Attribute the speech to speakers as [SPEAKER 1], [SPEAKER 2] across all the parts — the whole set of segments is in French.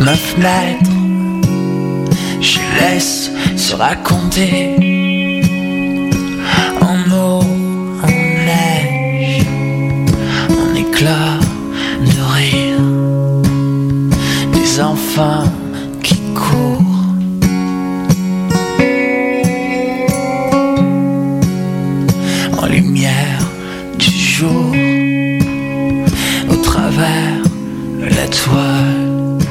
[SPEAKER 1] ma fenêtre, je laisse se raconter en mots, en neige, en éclats de rire, des enfants qui courent. En lumière du jour, au travers de la toile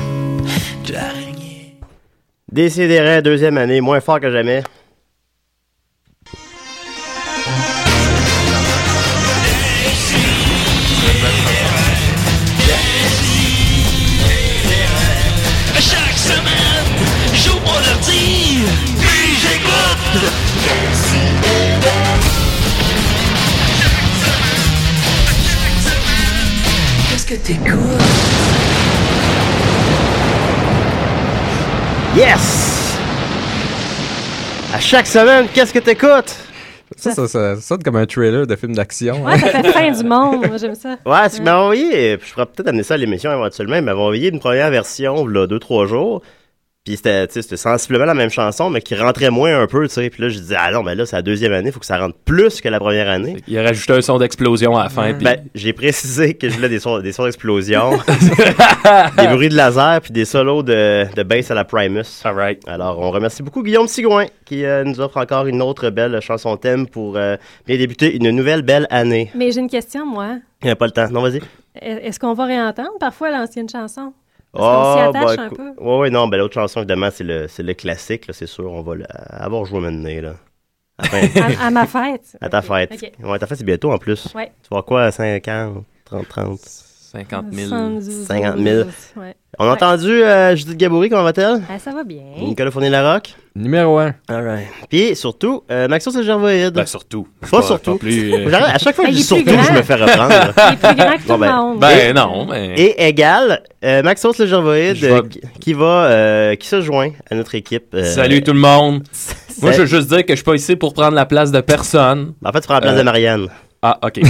[SPEAKER 1] de l'araignée.
[SPEAKER 2] Décidérez, deuxième année, moins fort que jamais.
[SPEAKER 3] Chaque semaine, j'ouvre mon ordi, puis j'écoute.
[SPEAKER 1] Qu'est-ce que t'écoutes?
[SPEAKER 2] Yes! À chaque semaine, qu'est-ce que t'écoutes?
[SPEAKER 4] Ça, ça, ça, ça sonne comme un trailer de film d'action. hein.
[SPEAKER 5] Ouais, ça fait fin du monde. Moi, j'aime ça.
[SPEAKER 2] Ouais, tu m'as envoyé, je pourrais peut-être amener ça à l'émission éventuellement, il m'avait envoyé une première version, là, deux, trois jours. Puis c'était, tu sais, c'était sensiblement la même chanson, mais qui rentrait moins un peu, tu sais. Puis là, je disais, ah non, mais là, c'est la deuxième année, faut que ça rentre plus que la première année.
[SPEAKER 6] Il a rajouté un son d'explosion à la fin. puis-
[SPEAKER 2] Ben, j'ai précisé que je voulais des sons, des sons d'explosion, des bruits de laser, puis des solos de, de bass à la Primus.
[SPEAKER 6] All right.
[SPEAKER 2] Alors, on remercie beaucoup Guillaume Sigouin qui euh, nous offre encore une autre belle chanson thème pour euh, bien débuter une nouvelle belle année.
[SPEAKER 5] Mais j'ai une question, moi.
[SPEAKER 2] Il n'y a pas le temps. Non, vas-y.
[SPEAKER 5] Est- Est-ce qu'on va réentendre parfois l'ancienne chanson?
[SPEAKER 2] Oh,
[SPEAKER 5] Parce qu'on s'y attache un
[SPEAKER 2] écou-
[SPEAKER 5] peu.
[SPEAKER 2] Ouais, ouais, non, ben, l'autre chanson, évidemment, c'est le, c'est le classique, là, c'est sûr. On va le- avoir joué maintenant, là. Enfin,
[SPEAKER 5] À, à ma fête.
[SPEAKER 2] à ta fête.
[SPEAKER 5] Ok.
[SPEAKER 2] Ouais, ta fête, c'est bientôt en plus.
[SPEAKER 5] Ouais.
[SPEAKER 2] Tu vois quoi, 50, 30, 30.
[SPEAKER 6] 50 000.
[SPEAKER 5] 72,
[SPEAKER 2] 50 000.
[SPEAKER 5] Ouais.
[SPEAKER 2] On a
[SPEAKER 5] Ouais.
[SPEAKER 2] entendu euh, Judith Gaboury, comment va-t-elle?
[SPEAKER 5] Ah, ça va bien.
[SPEAKER 2] Nicolas Fournier-Larocque.
[SPEAKER 4] Numéro 1.
[SPEAKER 2] All right. Puis, surtout, euh, Maxence Gervoïde.
[SPEAKER 6] Ben, surtout.
[SPEAKER 2] Pas surtout.
[SPEAKER 6] plus, euh,
[SPEAKER 2] J'arrête- à chaque fois que
[SPEAKER 5] Ah,
[SPEAKER 2] je
[SPEAKER 5] il
[SPEAKER 2] dis
[SPEAKER 5] est plus
[SPEAKER 2] surtout, je
[SPEAKER 5] grand.
[SPEAKER 2] me fais reprendre.
[SPEAKER 5] Il est plus grand que
[SPEAKER 2] Bon,
[SPEAKER 5] tout le
[SPEAKER 2] ben,
[SPEAKER 5] monde.
[SPEAKER 6] ben non, mais.
[SPEAKER 2] Et égal, euh, Maxence Le Gervoïde,
[SPEAKER 6] Je vais-
[SPEAKER 2] euh, qui- qui va, euh, qui se joint à notre équipe. euh,
[SPEAKER 6] Salut tout le monde.
[SPEAKER 2] c'est-
[SPEAKER 6] Moi, je veux juste dire que je suis pas ici pour prendre la place de personne.
[SPEAKER 2] ben, En fait, tu prends la place
[SPEAKER 6] Euh.
[SPEAKER 2] de Marianne.
[SPEAKER 6] Ah, ok.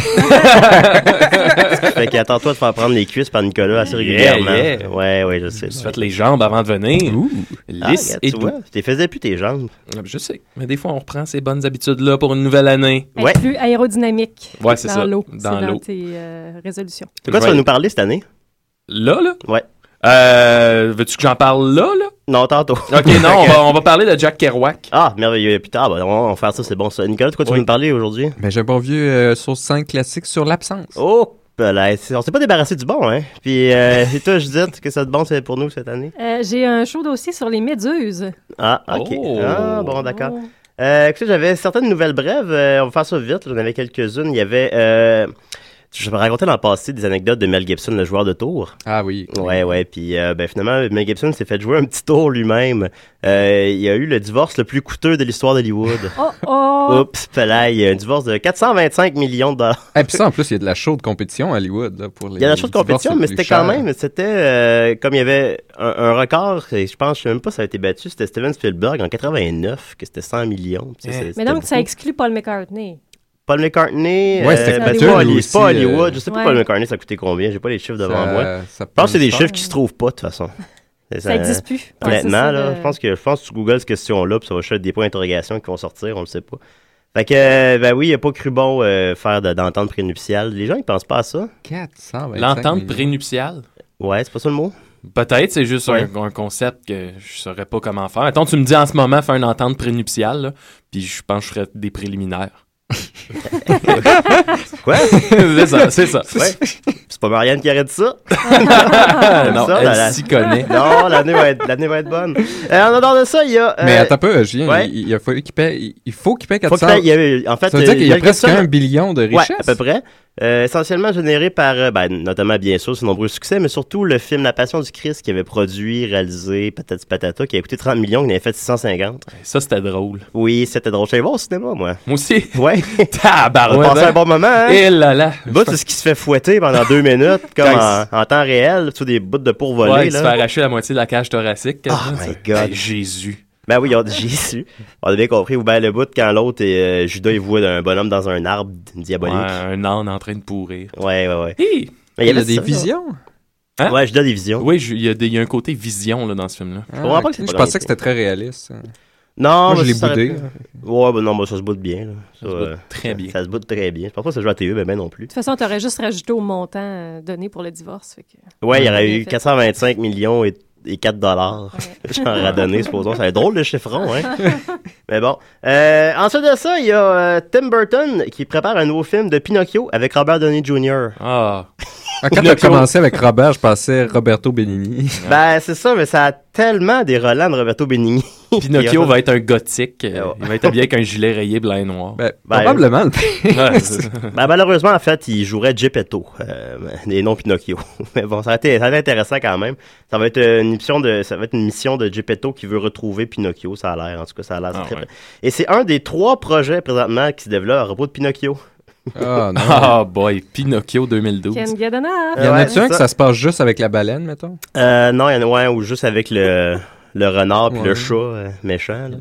[SPEAKER 2] Fait que attends-toi de faire prendre les cuisses par Nicolas assez
[SPEAKER 6] Yeah,
[SPEAKER 2] régulièrement.
[SPEAKER 6] yeah.
[SPEAKER 2] Ouais, ouais, je sais.
[SPEAKER 6] Je fais les jambes avant de venir.
[SPEAKER 2] Ah,
[SPEAKER 6] Lisse
[SPEAKER 2] regarde,
[SPEAKER 6] et
[SPEAKER 2] tu
[SPEAKER 6] tout.
[SPEAKER 2] vois, tu les faisais plus tes jambes.
[SPEAKER 6] Je sais. Mais des fois, on reprend ces bonnes habitudes-là pour une nouvelle année.
[SPEAKER 5] Être
[SPEAKER 2] Ouais.
[SPEAKER 5] plus aérodynamique
[SPEAKER 6] Ouais, c'est ça.
[SPEAKER 5] dans l'eau. C'est
[SPEAKER 6] Dans l'eau.
[SPEAKER 5] dans tes euh, résolutions.
[SPEAKER 2] De quoi
[SPEAKER 6] Je
[SPEAKER 2] tu vas
[SPEAKER 6] vais-
[SPEAKER 2] nous parler cette année?
[SPEAKER 6] Là, là?
[SPEAKER 2] Ouais.
[SPEAKER 6] Euh, veux-tu que j'en parle là, là?
[SPEAKER 2] Non, tantôt.
[SPEAKER 6] Ok, non, on, va, on va parler de Jack Kerouac.
[SPEAKER 2] Ah, merveilleux. Putain, ah, bah, on va faire ça, c'est bon ça. Nicolas, de quoi tu
[SPEAKER 6] Oui.
[SPEAKER 2] veux nous parler aujourd'hui?
[SPEAKER 4] Mais j'ai un bon vieux euh, sauce 5 classique sur l'absence.
[SPEAKER 2] Oh, là, on s'est pas débarrassé du bon, hein? Puis, euh, et toi, Judith, que ça de bon c'est pour nous cette année?
[SPEAKER 5] Euh, J'ai un show dossier sur les méduses.
[SPEAKER 2] Ah, ok.
[SPEAKER 6] Oh.
[SPEAKER 2] Ah, bon, d'accord.
[SPEAKER 5] Oh.
[SPEAKER 2] Euh, écoutez, j'avais certaines nouvelles brèves. Euh, on va faire ça vite. là. J'en avais quelques-unes. Il y avait. Euh, je me racontais l'an passé des anecdotes de Mel Gibson, le joueur de tour.
[SPEAKER 4] Ah oui.
[SPEAKER 2] Ouais, ouais. Puis euh, ben, finalement, Mel Gibson s'est fait jouer un petit tour lui-même. Euh, il y a eu le divorce le plus coûteux de l'histoire d'Hollywood.
[SPEAKER 5] Oh, oh!
[SPEAKER 2] Oups, pelaille. Un divorce de 425 millions de dollars.
[SPEAKER 4] Et puis ça, en plus, il y a de la chaude compétition à Hollywood. là, pour les
[SPEAKER 2] Il y a la chose de
[SPEAKER 4] divorces
[SPEAKER 2] compétition,
[SPEAKER 4] les
[SPEAKER 2] mais
[SPEAKER 4] plus
[SPEAKER 2] c'était quand
[SPEAKER 4] chers.
[SPEAKER 2] même, c'était euh, comme il y avait un, un record, et je pense, je sais même pas si ça a été battu, c'était Steven Spielberg en 89, que c'était 100 millions. Puis ça, c'est-
[SPEAKER 5] Mais
[SPEAKER 2] c'était
[SPEAKER 5] donc, ça
[SPEAKER 2] beaucoup.
[SPEAKER 5] exclut Paul McCartney.
[SPEAKER 2] Paul McCartney,
[SPEAKER 4] Ouais,
[SPEAKER 2] euh,
[SPEAKER 4] c'était
[SPEAKER 2] ben,
[SPEAKER 5] coûteux,
[SPEAKER 2] c'est pas,
[SPEAKER 4] lui
[SPEAKER 2] Holly-
[SPEAKER 4] aussi,
[SPEAKER 2] c'est pas Hollywood.
[SPEAKER 4] euh,
[SPEAKER 2] Je sais pas
[SPEAKER 5] Ouais.
[SPEAKER 2] Paul McCartney, ça coûtait combien. J'ai pas les chiffres devant moi. Je
[SPEAKER 4] Ça- ça
[SPEAKER 2] pense que c'est des
[SPEAKER 4] prend-
[SPEAKER 2] chiffres qui se trouvent pas, de toute façon. C'est
[SPEAKER 5] Ça n'existe plus. Ouais, c'est
[SPEAKER 2] Honnêtement,
[SPEAKER 5] ça,
[SPEAKER 2] là,
[SPEAKER 5] le-
[SPEAKER 2] je pense que je pense que tu googles cette question-là, puis ça va chercher des points d'interrogation qui vont sortir, on le sait pas. Fait que, euh, ben oui, il a pas cru bon euh, faire de- d'entente prénuptiale. Les gens, ils pensent pas à ça.
[SPEAKER 4] 425
[SPEAKER 6] L'entente
[SPEAKER 4] millions.
[SPEAKER 6] prénuptiale.
[SPEAKER 2] Ouais, c'est pas ça le mot.
[SPEAKER 6] Peut-être, c'est juste un, un concept que je saurais pas comment faire. Attends, tu me dis en ce moment, fais une entente prénuptiale, là, puis je pense que je ferais des préliminaires.
[SPEAKER 2] Quoi?
[SPEAKER 6] c'est ça, c'est ça.
[SPEAKER 2] Ouais. c'est pas Marianne qui aurait dit ça.
[SPEAKER 6] Ah, non,
[SPEAKER 2] Ça, là, là.
[SPEAKER 6] elle s'y connaît.
[SPEAKER 2] Non, l'année va être, l'année va être bonne. Euh, en dehors de ça, il y a. euh,
[SPEAKER 4] Mais attends un peu, Julien,
[SPEAKER 2] ouais.
[SPEAKER 4] il, il a fallu qu'il paye- il- il faut qu'il paye
[SPEAKER 2] faut que
[SPEAKER 4] 400.
[SPEAKER 2] t'ailles- il y a- en fait,
[SPEAKER 4] ça veut dire
[SPEAKER 2] euh,
[SPEAKER 4] qu'il y a
[SPEAKER 2] Mel
[SPEAKER 4] presque
[SPEAKER 2] Gibson-
[SPEAKER 4] un billion de richesses.
[SPEAKER 2] Ouais, à peu près. Euh, essentiellement généré par, euh, ben, notamment bien sûr, ses nombreux succès, mais surtout le film La Passion du Christ qui avait produit, réalisé, Patati Patata, qui a coûté 30 millions, qui en avait fait 650.
[SPEAKER 6] Ça, c'était drôle.
[SPEAKER 2] Oui, c'était drôle. J'allais voir au cinéma, moi.
[SPEAKER 6] Moi aussi.
[SPEAKER 2] Ouais. On a
[SPEAKER 6] Tabarouette.
[SPEAKER 2] passé un bon moment, hein?
[SPEAKER 6] Et là là.
[SPEAKER 2] Le bout, c'est ce qui se fait fouetter pendant deux minutes, comme en,
[SPEAKER 6] Nice.
[SPEAKER 2] en temps réel, sous des bouts de
[SPEAKER 6] Ouais,
[SPEAKER 2] pourvolés,
[SPEAKER 6] il se fait
[SPEAKER 2] là. Ah,
[SPEAKER 6] arracher la moitié de la cage thoracique. quasiment,
[SPEAKER 2] my
[SPEAKER 6] ça.
[SPEAKER 2] God.
[SPEAKER 6] Hey, Jésus.
[SPEAKER 2] Ben oui, on, Jésus. On a bien compris où ben le bout quand l'autre, est, euh, Judas, il voit un bonhomme dans un arbre
[SPEAKER 6] Ouais,
[SPEAKER 2] diabolique.
[SPEAKER 6] un âne en train de pourrir.
[SPEAKER 2] Ouais, ouais, ouais.
[SPEAKER 6] Hi!
[SPEAKER 2] Mais
[SPEAKER 4] Il y a
[SPEAKER 2] avait
[SPEAKER 4] des
[SPEAKER 2] ça, là.
[SPEAKER 4] visions.
[SPEAKER 6] Hein?
[SPEAKER 2] Ouais, je donne des visions.
[SPEAKER 6] Oui, je- il y, a des- il y a un côté vision là, dans ce film-là.
[SPEAKER 4] Je
[SPEAKER 2] comprends pas que c'est pas
[SPEAKER 4] Je
[SPEAKER 2] dans
[SPEAKER 4] pensais que c'était très réaliste.
[SPEAKER 2] Non,
[SPEAKER 4] Moi, je
[SPEAKER 2] mais
[SPEAKER 4] l'ai
[SPEAKER 2] ça aurait
[SPEAKER 4] boudé.
[SPEAKER 2] pu- Ouais, ben non, ben ça se boude bien. là. Ça,
[SPEAKER 6] se boude
[SPEAKER 2] euh,
[SPEAKER 6] très
[SPEAKER 2] ça-
[SPEAKER 6] bien.
[SPEAKER 2] Ça se boude très bien. Je pense pas que ça joue à TV, ben, ben non plus.
[SPEAKER 5] toute façon, t'aurais juste rajouté au montant euh, donné pour le divorce. fait que-
[SPEAKER 2] Ouais, il y aurait
[SPEAKER 5] Bien
[SPEAKER 2] eu
[SPEAKER 5] fait.
[SPEAKER 2] 425 millions et, et 4 dollars. J'en aurais donné, supposons. C'est drôle le chiffron, hein. Mais bon. Euh, ensuite de ça, il y a euh, Tim Burton qui prépare un nouveau film de Pinocchio avec Robert Downey Jr.
[SPEAKER 6] Ah,
[SPEAKER 4] Ah, Quand t'as
[SPEAKER 6] Pinocchio.
[SPEAKER 4] commencé avec Robert, je pensais Roberto Benigni.
[SPEAKER 2] Ben, c'est ça, mais ça a tellement des relents de Roberto Benigni.
[SPEAKER 6] Pinocchio va être un gothique. euh,
[SPEAKER 2] Ouais.
[SPEAKER 6] Il va être habillé avec un gilet rayé blanc et noir.
[SPEAKER 4] Ben,
[SPEAKER 2] Ben,
[SPEAKER 4] probablement. le-
[SPEAKER 6] Ouais, c'est-
[SPEAKER 2] Ben, malheureusement, en fait, il jouerait Geppetto, euh, et non Pinocchio. Mais bon, ça a, été, ça a été intéressant quand même. Ça va être euh, une mission de, ça va être une mission de Geppetto qui veut retrouver Pinocchio, ça a l'air. En tout cas, ça a l'air c'est
[SPEAKER 6] Ah,
[SPEAKER 2] très-
[SPEAKER 6] ouais.
[SPEAKER 2] Et c'est un des trois projets présentement qui se développent à propos de Pinocchio.
[SPEAKER 4] Ah, non.
[SPEAKER 6] Ah boy, Pinocchio
[SPEAKER 5] Can
[SPEAKER 6] 2012.
[SPEAKER 5] get enough.
[SPEAKER 4] Il y en
[SPEAKER 2] Ouais,
[SPEAKER 4] a-tu un
[SPEAKER 2] ça.
[SPEAKER 4] que ça se passe juste avec la baleine, mettons?
[SPEAKER 2] Euh, non, il y en a un où juste avec le, le renard puis le
[SPEAKER 4] Ouais.
[SPEAKER 2] chat euh, méchant. là.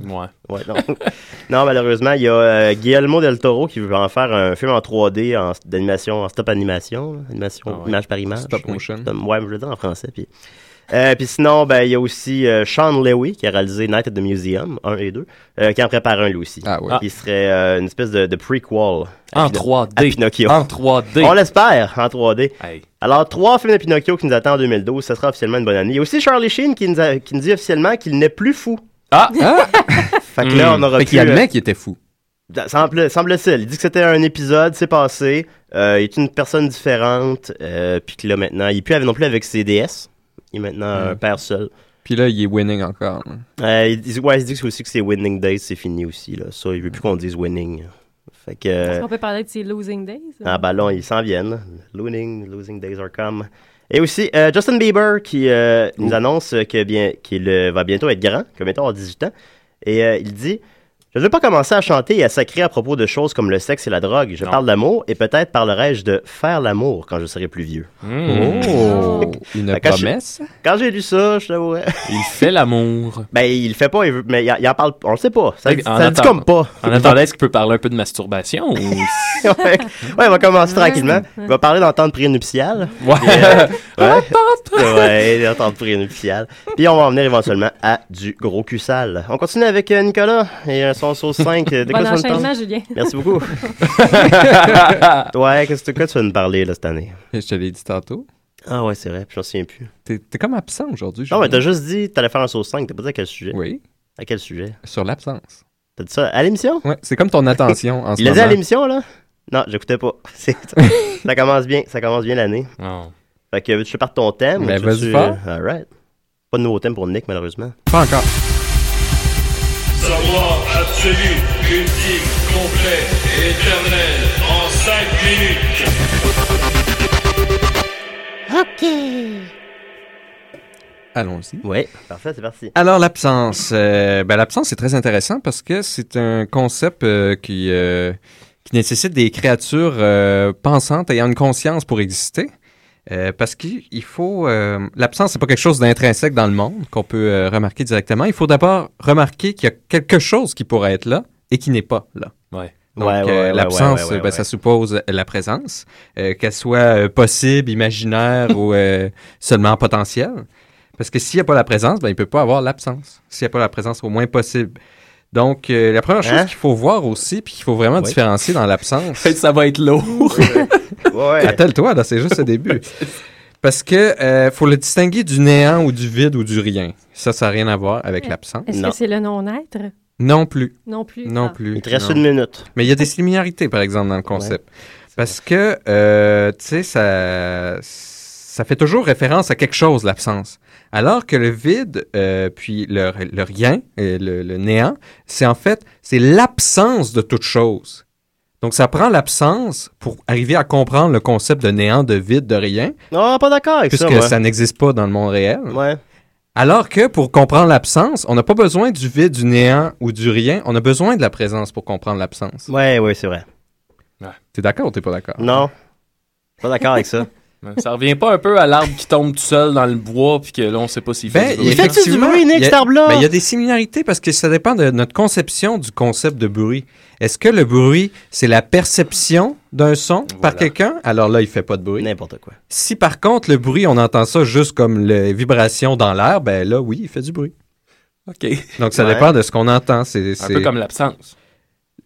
[SPEAKER 6] Ouais.
[SPEAKER 2] Ouais, non. non, malheureusement, il y a euh, Guillermo del Toro qui veut en faire un film en 3D, en, d'animation, en stop animation, là, animation
[SPEAKER 6] Ah ouais.
[SPEAKER 2] image par image.
[SPEAKER 4] Stop
[SPEAKER 2] Oui.
[SPEAKER 4] motion.
[SPEAKER 2] Stop- ouais, mais je le dis en français. Puis, Euh, puis sinon, ben, il y a aussi euh, Sean Lewy qui a réalisé Night at the Museum 1 et 2, euh, qui en prépare un lui aussi.
[SPEAKER 4] Ah oui.
[SPEAKER 2] Qui serait euh, une espèce de, de prequel à
[SPEAKER 6] En
[SPEAKER 2] Pino-
[SPEAKER 6] 3D.
[SPEAKER 2] à Pinocchio.
[SPEAKER 4] Ah,
[SPEAKER 6] En 3D.
[SPEAKER 2] On l'espère en 3D.
[SPEAKER 6] Hey.
[SPEAKER 2] Alors, trois films de Pinocchio qui nous attendent en 2012, ça sera officiellement une bonne année. Il y a aussi Charlie Sheen qui nous, a- qui nous dit officiellement qu'il n'est plus fou.
[SPEAKER 6] Ah!
[SPEAKER 4] Ah!
[SPEAKER 2] Fait que là, on aura
[SPEAKER 4] Hmm. Fait
[SPEAKER 2] pu,
[SPEAKER 4] qu'il y a
[SPEAKER 2] euh,
[SPEAKER 4] le mec qui était fou.
[SPEAKER 2] da- semble- Semble-t-il. Il dit que c'était un épisode, c'est passé. euh, il est une personne différente. euh, Puis que là, maintenant, il n'est plus avec- non plus avec ses DS. Il est maintenant un
[SPEAKER 4] Mm.
[SPEAKER 2] père seul.
[SPEAKER 4] Puis là, il est winning encore. là.
[SPEAKER 2] Euh, il, dit, ouais, il dit aussi que c'est Winning Days, c'est fini aussi. Là. Ça, il veut plus qu'on dise Winning. Fait que.
[SPEAKER 5] Est-ce qu'on peut parler de ces losing days?
[SPEAKER 2] Ah
[SPEAKER 6] ben,
[SPEAKER 2] bah là, ils s'en viennent. Looning, losing days are come. Et aussi euh, Justin Bieber qui euh,
[SPEAKER 6] Oh.
[SPEAKER 2] nous annonce que bien qu'il euh, va bientôt être grand, que bientôt avoir 18 ans. Et euh, il dit Je ne veux pas commencer à chanter et à sacrer à propos de choses comme le sexe et la drogue. Je
[SPEAKER 6] Non.
[SPEAKER 2] parle d'amour et peut-être parlerai-je de faire l'amour quand je serai plus vieux.
[SPEAKER 6] Mm.
[SPEAKER 4] Oh! Une
[SPEAKER 2] Fait que je-
[SPEAKER 4] promesse?
[SPEAKER 2] Quand j'ai lu ça, je t'avouerais.
[SPEAKER 6] Il fait l'amour.
[SPEAKER 2] ben, il le fait pas, il veut- mais il, il en parle. On le sait pas. Ça, ça le
[SPEAKER 6] En
[SPEAKER 2] dit
[SPEAKER 6] attendant.
[SPEAKER 2] comme pas.
[SPEAKER 6] En attendant, est-ce qu'il peut parler un peu de masturbation ou...
[SPEAKER 2] ouais, ouais, on va commencer tranquillement. Il va parler d'entente prénuptiale.
[SPEAKER 6] Ouais.
[SPEAKER 2] Ouais. ouais, entendre prénuptiale. Puis on va en venir éventuellement à du gros cul sale. On continue avec euh, Nicolas et euh, son sauce 5. euh, De quoi
[SPEAKER 5] Bon
[SPEAKER 2] tu vas nous parler?
[SPEAKER 5] enchaînement, Julien.
[SPEAKER 2] Merci beaucoup. ouais, qu'est-ce que de quoi tu vas nous parler là, cette année?
[SPEAKER 4] Je te l'ai dit tantôt.
[SPEAKER 2] Ah ouais, c'est vrai, puis je m'en souviens plus.
[SPEAKER 4] T'es t'es comme absent aujourd'hui.
[SPEAKER 2] Non, mais
[SPEAKER 4] Julien.
[SPEAKER 2] t'as juste dit que t'allais faire un sauce 5, t'as pas dit à quel sujet?
[SPEAKER 4] Oui,
[SPEAKER 2] À quel sujet?
[SPEAKER 4] sur l'absence.
[SPEAKER 2] T'as dit ça à l'émission?
[SPEAKER 4] Ouais, c'est comme ton attention en ce
[SPEAKER 2] Il l'a dit à
[SPEAKER 4] moment.
[SPEAKER 2] l'émission là? Non, j'écoutais pas. C'est- ça commence bien, ça commence bien l'année.
[SPEAKER 6] Oh.
[SPEAKER 2] Fait que veux-tu que je parte ton thème? ou
[SPEAKER 4] Ben,
[SPEAKER 2] tu veux-tu- euh,
[SPEAKER 4] vas-y fort.
[SPEAKER 2] Alright. Pas de nouveau thème pour Nick, malheureusement.
[SPEAKER 4] Pas encore.
[SPEAKER 7] Savoir absolu, ultime, complet, éternel, en 5 minutes.
[SPEAKER 4] Allons-y.
[SPEAKER 2] Ouais. Parfait, c'est parti.
[SPEAKER 4] Alors, l'absence. euh, ben, l'absence, c'est très intéressant parce que c'est un concept euh, qui, euh, qui nécessite des créatures euh, pensantes ayant une conscience pour exister. Euh, parce qu'il il faut... euh, l'absence, c'est pas quelque chose d'intrinsèque dans le monde qu'on peut euh, remarquer directement. Il faut d'abord remarquer qu'il y a quelque chose qui pourrait être là et qui n'est pas là.
[SPEAKER 6] Ouais.
[SPEAKER 4] Donc,
[SPEAKER 2] Ouais, ouais,
[SPEAKER 4] euh,
[SPEAKER 2] ouais,
[SPEAKER 4] l'absence,
[SPEAKER 2] ouais, ouais, ouais,
[SPEAKER 4] ben,
[SPEAKER 2] ouais.
[SPEAKER 4] ça suppose la présence, euh, qu'elle soit euh, possible, imaginaire ou euh, seulement potentielle. Parce que s'il n'y a pas la présence, ben, il ne peut pas avoir l'absence. S'il n'y a pas la présence, au moins possible. Donc, euh, la première chose
[SPEAKER 2] Hein?
[SPEAKER 4] qu'il faut voir aussi, puis qu'il faut vraiment
[SPEAKER 2] Oui.
[SPEAKER 4] différencier dans l'absence,
[SPEAKER 6] Fait que ça va être lourd.
[SPEAKER 2] Ouais.
[SPEAKER 4] attelle-toi, là, c'est juste le début. Parce que euh, faut le distinguer du néant ou du vide ou du rien. Ça, ça n'a rien à voir avec l'absence.
[SPEAKER 5] Est-ce
[SPEAKER 2] Non.
[SPEAKER 5] que c'est le non-être?
[SPEAKER 4] Non plus,
[SPEAKER 5] Non plus.
[SPEAKER 4] non
[SPEAKER 5] Ah.
[SPEAKER 4] plus.
[SPEAKER 2] Il te reste
[SPEAKER 4] non.
[SPEAKER 2] une minute.
[SPEAKER 4] Mais il y a des similarités, par exemple, dans le concept. Parce que, euh, tu sais, ça, ça fait toujours référence à quelque chose, l'absence. Alors que le vide, euh, puis le, le rien, euh, le, le néant, c'est en fait, c'est l'absence de toute chose. Donc, ça prend l'absence pour arriver à comprendre le concept de néant, de vide, de rien,
[SPEAKER 2] Non, pas d'accord avec
[SPEAKER 4] puisque
[SPEAKER 2] ça,
[SPEAKER 4] ça,
[SPEAKER 2] moi.
[SPEAKER 4] n'existe pas dans le monde réel.
[SPEAKER 2] Ouais.
[SPEAKER 4] Alors que pour comprendre l'absence, on n'a pas besoin du vide, du néant ou du rien, on a besoin de la présence pour comprendre l'absence.
[SPEAKER 2] Ouais, ouais, c'est vrai.
[SPEAKER 4] T'es d'accord ou t'es pas d'accord?
[SPEAKER 2] Non. Pas d'accord avec ça.
[SPEAKER 6] ça revient pas un peu à l'arbre qui tombe tout seul dans le bois puis que là on sait pas s'il
[SPEAKER 4] Ben,
[SPEAKER 6] fait du
[SPEAKER 4] il
[SPEAKER 6] bruit.
[SPEAKER 4] fait-
[SPEAKER 2] Fais-tu du
[SPEAKER 4] Effectivement,
[SPEAKER 2] bruit, Nick,
[SPEAKER 4] il y a-
[SPEAKER 2] cet arbre-là?
[SPEAKER 4] Ben, il y a des similarités parce que ça dépend de notre conception du concept de bruit. Est-ce que le bruit, c'est la perception d'un son par
[SPEAKER 6] Voilà.
[SPEAKER 4] quelqu'un, alors là, il fait pas de bruit.
[SPEAKER 2] N'importe quoi.
[SPEAKER 4] Si par contre, le bruit, on entend ça juste comme les vibrations dans l'air, ben là, oui, il fait du bruit.
[SPEAKER 6] OK.
[SPEAKER 4] Donc, ça
[SPEAKER 2] Ouais.
[SPEAKER 4] dépend de ce qu'on entend. C'est,
[SPEAKER 6] Un
[SPEAKER 4] c'est-
[SPEAKER 6] peu comme Eh, l'absence.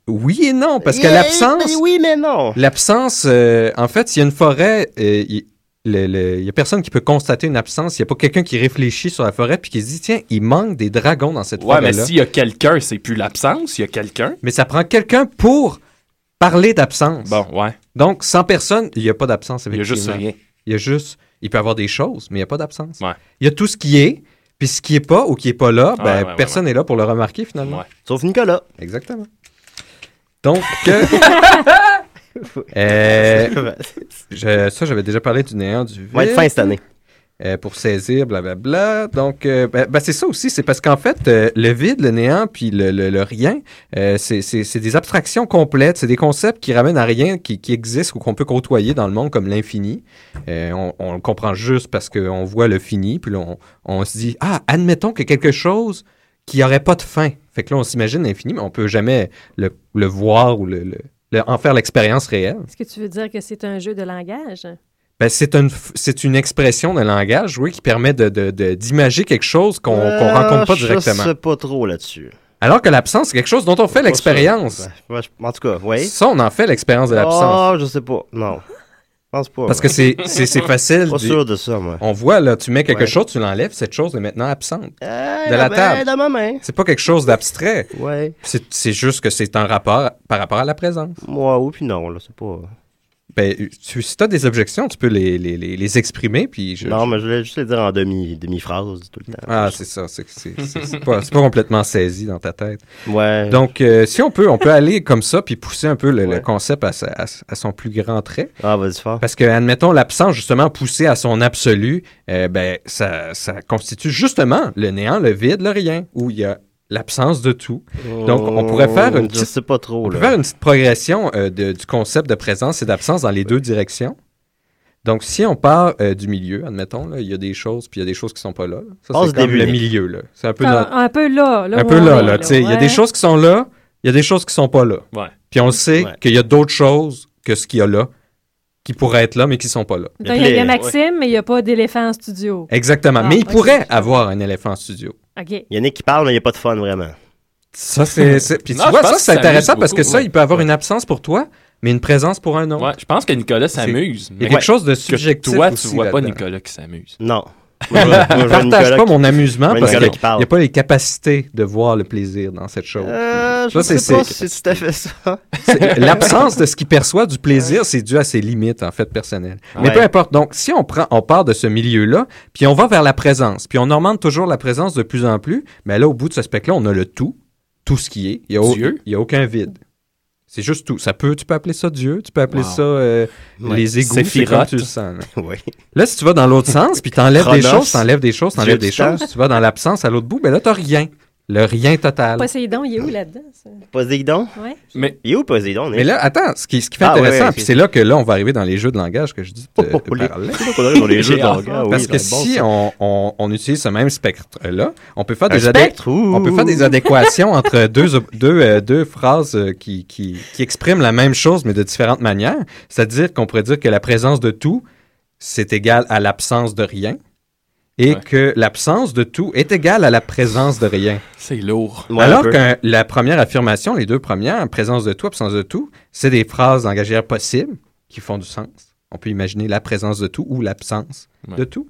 [SPEAKER 4] Oui et non, parce que
[SPEAKER 2] Yeah,
[SPEAKER 4] l'absence,
[SPEAKER 2] mais Eh, ben Oui, mais non.
[SPEAKER 4] l'absence, euh, en fait, s'il y a une forêt, euh, il le- le- il y a personne qui peut constater une absence. Il n'y a pas quelqu'un qui réfléchit sur la forêt puis qui se dit, tiens, il manque des dragons dans cette
[SPEAKER 6] Ouais, mais
[SPEAKER 4] forêt-là.
[SPEAKER 6] s'il y a quelqu'un, c'est plus l'absence, il y a quelqu'un.
[SPEAKER 4] Mais ça prend quelqu'un pour parler d'absence.
[SPEAKER 6] Bon, ouais.
[SPEAKER 4] Donc, sans personne, il n'y a pas d'absence.
[SPEAKER 6] Il y a juste
[SPEAKER 4] effectivement.
[SPEAKER 6] rien.
[SPEAKER 4] Il y a juste. Il peut y avoir des choses, mais il n'y a pas d'absence.
[SPEAKER 6] Ouais.
[SPEAKER 4] Il y a tout ce qui est, puis ce qui n'est pas ou qui n'est pas là, ben,
[SPEAKER 6] Ouais, ouais, ouais,
[SPEAKER 4] personne n'est là pour le remarquer finalement.
[SPEAKER 6] Ouais.
[SPEAKER 2] Sauf Nicolas.
[SPEAKER 4] Exactement. Donc, que- Euh, je- ça, j'avais déjà parlé du néant du vide
[SPEAKER 2] On va être fin cette année.
[SPEAKER 4] euh, pour saisir, blablabla. Donc, euh, ben, ben, c'est ça aussi. C'est parce qu'en fait, euh, le vide, le néant, puis le, le- le rien, euh, c'est c'est- c'est des abstractions complètes. C'est des concepts qui ramènent à rien, qui, qui existent ou qu'on peut côtoyer dans le monde comme l'infini. Euh, on, on le comprend juste parce qu'on voit le fini, puis là, on, on se dit, ah, admettons que quelque chose qui n'aurait pas de fin. Fait que là, on s'imagine l'infini, mais on peut jamais le, le voir ou le- le- le, en faire l'expérience réelle.
[SPEAKER 5] Est-ce que tu veux dire que c'est un jeu de langage?
[SPEAKER 4] Ben, c'est une, f- c'est une expression de langage, oui, qui permet de, de- de- d'imager quelque chose qu'on, qu'on
[SPEAKER 2] Euh,
[SPEAKER 4] rencontre pas
[SPEAKER 2] Je
[SPEAKER 4] directement.
[SPEAKER 2] sais pas trop là-dessus.
[SPEAKER 4] Alors que l'absence, c'est quelque chose dont on fait
[SPEAKER 2] Pas
[SPEAKER 4] l'expérience.
[SPEAKER 2] sûr. Ouais, je- En tout cas, oui.
[SPEAKER 4] Ça, on en fait l'expérience de l'absence.
[SPEAKER 2] Ah, je sais pas. Non. Je pense pas.
[SPEAKER 4] Parce que c'est, c'est, c'est facile.
[SPEAKER 2] Pas
[SPEAKER 4] de-
[SPEAKER 2] sûr de ça, moi.
[SPEAKER 4] On voit, là, tu mets quelque
[SPEAKER 2] Ouais.
[SPEAKER 4] chose, tu l'enlèves, cette chose est maintenant absente.
[SPEAKER 2] Eh,
[SPEAKER 4] De la
[SPEAKER 2] ben,
[SPEAKER 4] table.
[SPEAKER 2] Dans ma main.
[SPEAKER 4] C'est pas quelque chose d'abstrait.
[SPEAKER 2] Ouais.
[SPEAKER 4] C'est, c'est juste que c'est un rapport par rapport à la présence.
[SPEAKER 2] Moi, oui, puis non, là, c'est pas.
[SPEAKER 4] Ben, tu, si t'as des objections, tu peux les, les, les, les exprimer, puis je-
[SPEAKER 2] Non, mais je voulais juste le dire en demi- demi-phrase tout le temps.
[SPEAKER 4] Ah, c'est ça. C'est, c'est, c'est, c'est pas, c'est pas complètement saisi dans ta tête.
[SPEAKER 2] Ouais.
[SPEAKER 4] Donc, euh, si on peut, on peut aller comme ça puis pousser un peu le, le
[SPEAKER 2] Ouais.
[SPEAKER 4] concept à, sa- à s- à son plus grand trait.
[SPEAKER 2] Ah, vas-y, fort.
[SPEAKER 4] Parce que, admettons, l'absence, justement, poussée à son absolu, euh, ben, ça, ça constitue justement le néant, le vide, le rien, où il y a l'absence de tout. Donc, on pourrait faire une
[SPEAKER 2] Oh, Je
[SPEAKER 4] petite-
[SPEAKER 2] sais pas trop,
[SPEAKER 4] On peut
[SPEAKER 2] là.
[SPEAKER 4] faire une petite progression euh, de- du concept de présence et d'absence dans les deux directions. Donc, si on part euh, du milieu, admettons, là, il y a des choses, puis il y a des choses qui sont pas là. là. Ça,
[SPEAKER 2] Passe
[SPEAKER 4] c'est comme
[SPEAKER 2] début.
[SPEAKER 4] le milieu, là. C'est un peu notre-
[SPEAKER 5] Ah, un peu là. là
[SPEAKER 4] un
[SPEAKER 5] où
[SPEAKER 4] peu
[SPEAKER 5] on
[SPEAKER 4] là,
[SPEAKER 5] est,
[SPEAKER 4] là. tu sais, Il y a
[SPEAKER 5] ouais.
[SPEAKER 4] des choses qui sont là, il y a des choses qui sont pas là.
[SPEAKER 6] Ouais.
[SPEAKER 4] Puis on sait
[SPEAKER 2] Ouais.
[SPEAKER 4] qu'il y a d'autres choses que ce qu'il y a là, qui pourraient être là, mais qui sont pas là.
[SPEAKER 5] Attends, Il y a- il y a
[SPEAKER 2] Ouais.
[SPEAKER 5] Maxime, mais il n'y a pas d'éléphant en studio.
[SPEAKER 4] Exactement.
[SPEAKER 5] Ah,
[SPEAKER 4] mais il
[SPEAKER 5] ok.
[SPEAKER 4] pourrait avoir un éléphant en studio.
[SPEAKER 5] OK.
[SPEAKER 2] Il y en a qui parlent, mais il n'y a pas de fun, vraiment.
[SPEAKER 4] Ça, c'est. c'est- Puis tu
[SPEAKER 6] Non, je
[SPEAKER 4] vois,
[SPEAKER 6] pense
[SPEAKER 4] ça,
[SPEAKER 6] que
[SPEAKER 4] c'est
[SPEAKER 6] ça
[SPEAKER 4] intéressant
[SPEAKER 6] amuse
[SPEAKER 4] parce que
[SPEAKER 6] beaucoup,
[SPEAKER 4] ça,
[SPEAKER 6] ouais.
[SPEAKER 4] il peut avoir une absence pour toi, mais une présence pour un autre.
[SPEAKER 6] Ouais, je pense que Nicolas s'amuse.
[SPEAKER 4] Il y
[SPEAKER 6] mais
[SPEAKER 4] a quelque chose de
[SPEAKER 6] que
[SPEAKER 4] subjectif.
[SPEAKER 6] toi, tu
[SPEAKER 4] aussi
[SPEAKER 6] vois pas
[SPEAKER 4] là-dedans.
[SPEAKER 6] Nicolas qui s'amuse.
[SPEAKER 2] Non. Moi, je- moi, je
[SPEAKER 4] Je
[SPEAKER 2] vois
[SPEAKER 4] partage
[SPEAKER 2] Nicolas
[SPEAKER 4] pas
[SPEAKER 2] qui-
[SPEAKER 4] mon amusement
[SPEAKER 2] Moi,
[SPEAKER 4] parce
[SPEAKER 2] Nicolas
[SPEAKER 4] qu'il
[SPEAKER 2] qui parle.
[SPEAKER 4] n'y a pas les capacités de voir le plaisir dans cette chose.
[SPEAKER 2] Euh, je
[SPEAKER 4] Ça, c'est-
[SPEAKER 2] sais pas si
[SPEAKER 4] c'est-
[SPEAKER 2] c'est tout à fait ça.
[SPEAKER 4] C'est- L'absence de ce qu'il perçoit du plaisir, c'est dû à ses limites, en fait, personnelles. Mais
[SPEAKER 2] Ouais.
[SPEAKER 4] peu importe. Donc, si on prend, on part de ce milieu-là, puis on va vers la présence, puis on augmente toujours la présence de plus en plus, mais là, au bout de ce spectre-là, on a le tout, tout ce qui est. Il y a, au-
[SPEAKER 6] Dieu.
[SPEAKER 4] il y a aucun vide. C'est juste tout. Ça peut, tu peux appeler ça Dieu, tu peux appeler
[SPEAKER 6] Wow.
[SPEAKER 4] ça euh,
[SPEAKER 2] Ouais.
[SPEAKER 4] les égouts, c'est
[SPEAKER 6] Séphirote.
[SPEAKER 4] comme tu le sens. Là,
[SPEAKER 2] Oui.
[SPEAKER 4] Là, si tu vas dans l'autre sens, puis t'enlèves des
[SPEAKER 2] Chronos.
[SPEAKER 4] choses, t'enlèves des choses, t'enlèves
[SPEAKER 2] Dieu
[SPEAKER 4] des
[SPEAKER 2] du temps.
[SPEAKER 4] choses, tu vas dans l'absence à l'autre bout, mais là, t'as rien. Le rien total.
[SPEAKER 5] Poséidon, il est où là-dedans? ça?
[SPEAKER 2] Poséidon?
[SPEAKER 5] Ouais.
[SPEAKER 6] Mais
[SPEAKER 2] Il est où Poséidon?
[SPEAKER 4] Mais là, attends, ce qui, ce qui fait
[SPEAKER 2] Ah, ouais,
[SPEAKER 4] intéressant,
[SPEAKER 2] ouais,
[SPEAKER 4] puis
[SPEAKER 2] c'est-
[SPEAKER 4] c'est là que là, on va arriver dans les jeux de langage que je dis de,
[SPEAKER 2] Oh, oh,
[SPEAKER 4] de
[SPEAKER 2] les-
[SPEAKER 4] parler.
[SPEAKER 2] C'est pas qu'on est dans les jeux
[SPEAKER 6] J'ai
[SPEAKER 2] de
[SPEAKER 6] hâte.
[SPEAKER 2] langage, oui,
[SPEAKER 4] Parce que
[SPEAKER 2] c'est bon,
[SPEAKER 4] si
[SPEAKER 2] ça.
[SPEAKER 4] on, on- on utilise ce même spectre-là, on peut faire
[SPEAKER 2] Un
[SPEAKER 4] des adé-
[SPEAKER 2] spectre, ouh,
[SPEAKER 4] on peut faire des adéquations entre deux, op- deux, euh, deux phrases euh, qui, qui- qui expriment la même chose, mais de différentes manières. C'est-à-dire qu'on pourrait dire que la présence de tout, c'est égal à l'absence de rien, et
[SPEAKER 6] Ouais.
[SPEAKER 4] que l'absence de tout est égale à la présence de rien.
[SPEAKER 6] c'est lourd.
[SPEAKER 2] Ouais, un
[SPEAKER 4] Alors
[SPEAKER 2] peu.
[SPEAKER 4] que la première affirmation, les deux premières, présence de tout, absence de tout, c'est des phrases langagières possibles qui font du sens. On peut imaginer la présence de tout ou l'absence
[SPEAKER 6] Ouais.
[SPEAKER 4] de tout.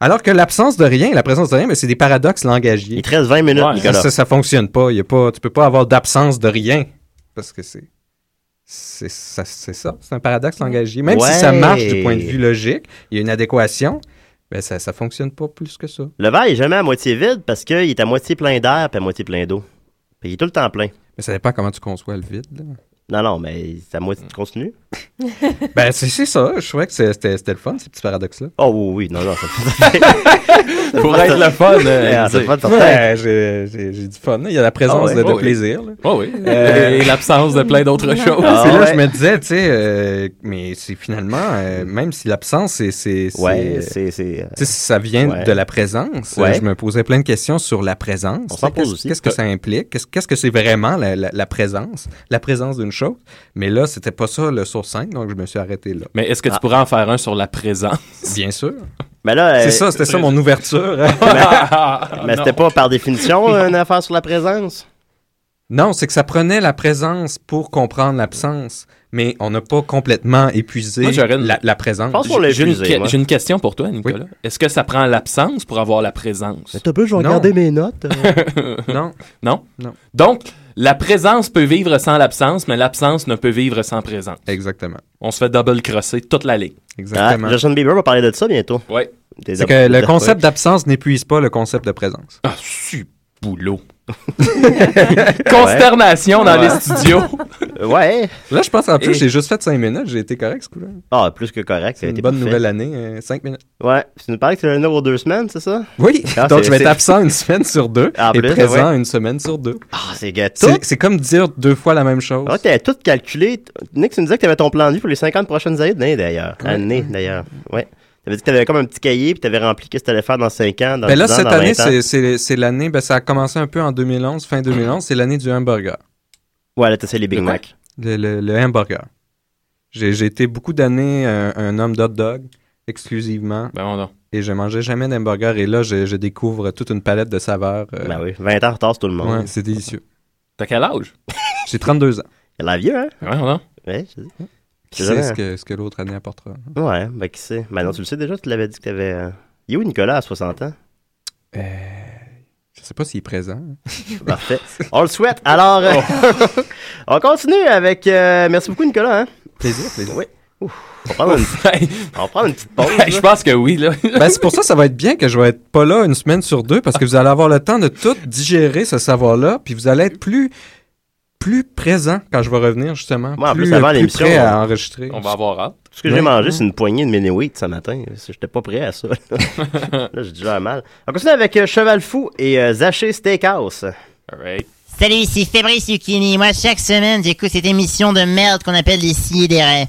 [SPEAKER 4] Alors que l'absence de rien et la présence de rien, mais c'est des paradoxes
[SPEAKER 2] Il
[SPEAKER 4] langagiers.
[SPEAKER 2] te reste 20 minutes,
[SPEAKER 6] Ouais.
[SPEAKER 4] Ça,
[SPEAKER 2] Nicolas.
[SPEAKER 4] ça, ça fonctionne pas. Il y a pas. Tu peux pas avoir d'absence de rien parce que c'est c'est ça, c'est ça. C'est un paradoxe langagier. Même si ça
[SPEAKER 2] Ouais.
[SPEAKER 4] marche du point de vue logique, il y a une adéquation, ben ça ça fonctionne pas plus que ça.
[SPEAKER 2] Le verre est jamais à moitié vide parce qu'il est à moitié plein d'air puis à moitié plein d'eau. Puis il est tout le temps plein.
[SPEAKER 4] Mais ça dépend comment tu conçois le vide. là.
[SPEAKER 2] Non, non, mais ça moitié continue.
[SPEAKER 4] Ben, c'est c'est ça. Je trouvais que c'est- c'était c'était le fun, ces petits paradoxes-là.
[SPEAKER 2] Oh oui, oui, non, non, ça
[SPEAKER 6] Pour être le fun. euh,
[SPEAKER 2] Ah, c'est pas de certain.
[SPEAKER 4] Ouais, j'ai j'ai- j'ai du fun. là. Il y a la présence
[SPEAKER 2] Ah
[SPEAKER 4] de,
[SPEAKER 2] ouais.
[SPEAKER 4] de
[SPEAKER 6] Oh oui.
[SPEAKER 4] plaisir. là.
[SPEAKER 6] Oh oui.
[SPEAKER 4] Euh,
[SPEAKER 6] Et l'absence de plein d'autres choses.
[SPEAKER 2] Ah
[SPEAKER 4] c'est là
[SPEAKER 2] ouais.
[SPEAKER 4] que je me disais, tu sais, euh, mais c'est finalement, euh, même si l'absence, c'est. c'est- c'est-
[SPEAKER 2] Ouais,
[SPEAKER 4] euh,
[SPEAKER 2] c'est. c'est-
[SPEAKER 4] tu sais, si ça vient
[SPEAKER 2] Ouais.
[SPEAKER 4] de la présence,
[SPEAKER 2] Ouais.
[SPEAKER 4] euh, je me posais plein de questions sur la présence.
[SPEAKER 2] On s'en pose
[SPEAKER 4] Qu'est-ce-
[SPEAKER 2] aussi.
[SPEAKER 4] Qu'est-ce que ça implique? Qu'est-ce qu'est-ce que c'est vraiment la, la- la présence? La présence d'une chose. Mais là, c'était pas ça le source 5, donc je me suis arrêté là.
[SPEAKER 6] Mais est-ce que tu pourrais en faire un sur la présence?
[SPEAKER 4] Bien sûr.
[SPEAKER 2] Mais là, euh,
[SPEAKER 4] C'est ça, Ah, c'était ça mon ouverture. hein.
[SPEAKER 2] Ah, mais c'était pas par définition une affaire sur la présence.
[SPEAKER 4] Non, c'est que ça prenait la présence pour comprendre l'absence, mais on n'a pas complètement épuisé
[SPEAKER 6] Moi, j'aurais une-
[SPEAKER 4] la, la présence.
[SPEAKER 2] Je pense qu'on l'a
[SPEAKER 6] J'ai une,
[SPEAKER 2] épuisé.
[SPEAKER 6] que-
[SPEAKER 2] moi.
[SPEAKER 6] j'ai une question pour toi, Nicolas. Est-ce que ça prend l'absence pour avoir la présence?
[SPEAKER 2] T'as peu, je vais
[SPEAKER 4] Non.
[SPEAKER 2] regarder mes notes. euh.
[SPEAKER 4] Non,
[SPEAKER 6] Non?
[SPEAKER 4] Non.
[SPEAKER 6] Donc, la présence peut vivre sans l'absence, mais l'absence ne peut vivre sans présence.
[SPEAKER 4] exactement.
[SPEAKER 6] On se fait double-crosser toute la ligne.
[SPEAKER 2] Ah,
[SPEAKER 4] Exactement.
[SPEAKER 2] Justin Bieber va parler de ça bientôt.
[SPEAKER 6] Ouais.
[SPEAKER 2] Des
[SPEAKER 4] c'est
[SPEAKER 2] ab-
[SPEAKER 4] que
[SPEAKER 2] des
[SPEAKER 4] le
[SPEAKER 2] ab-
[SPEAKER 4] concept d'absence n'épuise pas le concept de présence.
[SPEAKER 6] Ah, su boulot. Consternation dans les studios.
[SPEAKER 2] Ouais.
[SPEAKER 4] Là, je pense en plus,
[SPEAKER 6] Et-
[SPEAKER 4] j'ai juste fait 5 minutes, j'ai été correct ce coup-là.
[SPEAKER 2] Ah, plus que correct. ça
[SPEAKER 4] C'est
[SPEAKER 2] a
[SPEAKER 4] une
[SPEAKER 2] été
[SPEAKER 4] bonne
[SPEAKER 2] parfait.
[SPEAKER 4] nouvelle année, 5 minutes.
[SPEAKER 2] Ouais. Tu nous parlais que tu l'as pour deux semaines, c'est ça?
[SPEAKER 4] Oui,
[SPEAKER 2] Ah,
[SPEAKER 4] donc
[SPEAKER 2] c'est-
[SPEAKER 4] je vais être
[SPEAKER 2] c'est- Ah,
[SPEAKER 4] absent une semaine sur deux
[SPEAKER 2] En
[SPEAKER 4] et
[SPEAKER 2] plus,
[SPEAKER 4] présent une semaine sur deux.
[SPEAKER 2] Ah, c'est gâteau.
[SPEAKER 4] C'est c'est comme dire deux fois la même chose.
[SPEAKER 2] Ah, t'avais tout calculé. T- Nick, tu me disais que t'avais ton plan de vie pour les 50 prochaines années d'année, d'ailleurs. Année, d'ailleurs. Ouais. T'avais dit que t'avais comme un petit cahier, puis t'avais rempli qu'est-ce que t'allais faire dans 5 ans, dans
[SPEAKER 4] Ben
[SPEAKER 2] 10
[SPEAKER 4] là,
[SPEAKER 2] ans,
[SPEAKER 4] cette
[SPEAKER 2] dans
[SPEAKER 4] année,
[SPEAKER 2] 20 ans.
[SPEAKER 4] c'est- c'est c'est l'année, ben, ça a commencé un peu en 2011, fin 2011, c'est l'année du hamburger,
[SPEAKER 2] Ouais, là, t'essayes les Big
[SPEAKER 6] Le quoi?
[SPEAKER 2] Mac.
[SPEAKER 4] le, le- le hamburger. J'ai j'ai été beaucoup d'années un, un homme d'hot dog, exclusivement,
[SPEAKER 6] Ben, on a-
[SPEAKER 4] et je mangeais jamais d'hamburger, et là, je, je découvre toute une palette de saveurs. euh,
[SPEAKER 2] Ben oui, 20 ans en retard, c'est tout le monde.
[SPEAKER 4] ouais, c'est délicieux.
[SPEAKER 6] T'as quel âge?
[SPEAKER 4] J'ai 32 ans.
[SPEAKER 2] Il a l'air vieux, hein?
[SPEAKER 6] Ouais, on a-
[SPEAKER 2] Ouais, je-
[SPEAKER 4] Qui
[SPEAKER 2] C'est vrai.
[SPEAKER 4] sait ce que, ce que l'autre année apportera? hein?
[SPEAKER 2] ouais ben qui sait. Ben non, tu le sais déjà, tu l'avais dit que t'avais... euh, Il est où Nicolas à 60 ans? Euh,
[SPEAKER 4] Je sais pas s'il est présent. hein.
[SPEAKER 2] Parfait. On le souhaite. Alors, euh, on continue avec... euh, merci beaucoup, Nicolas. Hein?
[SPEAKER 4] Plaisir, plaisir.
[SPEAKER 2] Oui. On va prendre une,
[SPEAKER 6] Hey,
[SPEAKER 2] on va prendre une petite pause.
[SPEAKER 6] hey, je
[SPEAKER 2] là.
[SPEAKER 6] pense que oui, là.
[SPEAKER 4] Ben, c'est pour ça que ça va être bien que je vais être pas là une semaine sur deux parce que vous allez avoir le temps de tout digérer ce savoir-là, puis vous allez être plus plus présent quand je vais revenir justement,
[SPEAKER 2] Ouais, en
[SPEAKER 4] plus,
[SPEAKER 2] plus, avant
[SPEAKER 4] plus
[SPEAKER 2] l'émission,
[SPEAKER 4] prêt
[SPEAKER 2] on-
[SPEAKER 4] à enregistrer.
[SPEAKER 6] On va avoir hâte.
[SPEAKER 2] Ce que j'ai
[SPEAKER 4] Ouais.
[SPEAKER 2] mangé, c'est une poignée de mini wheat ce matin. J'étais pas prêt à ça. là, j'ai déjà mal. On continue avec euh, Cheval Fou et euh, Zaché Steakhouse.
[SPEAKER 6] All right.
[SPEAKER 8] Salut, ici Fabrice Zucchini. Moi, chaque semaine, j'écoute cette émission de merde qu'on appelle les sidérés.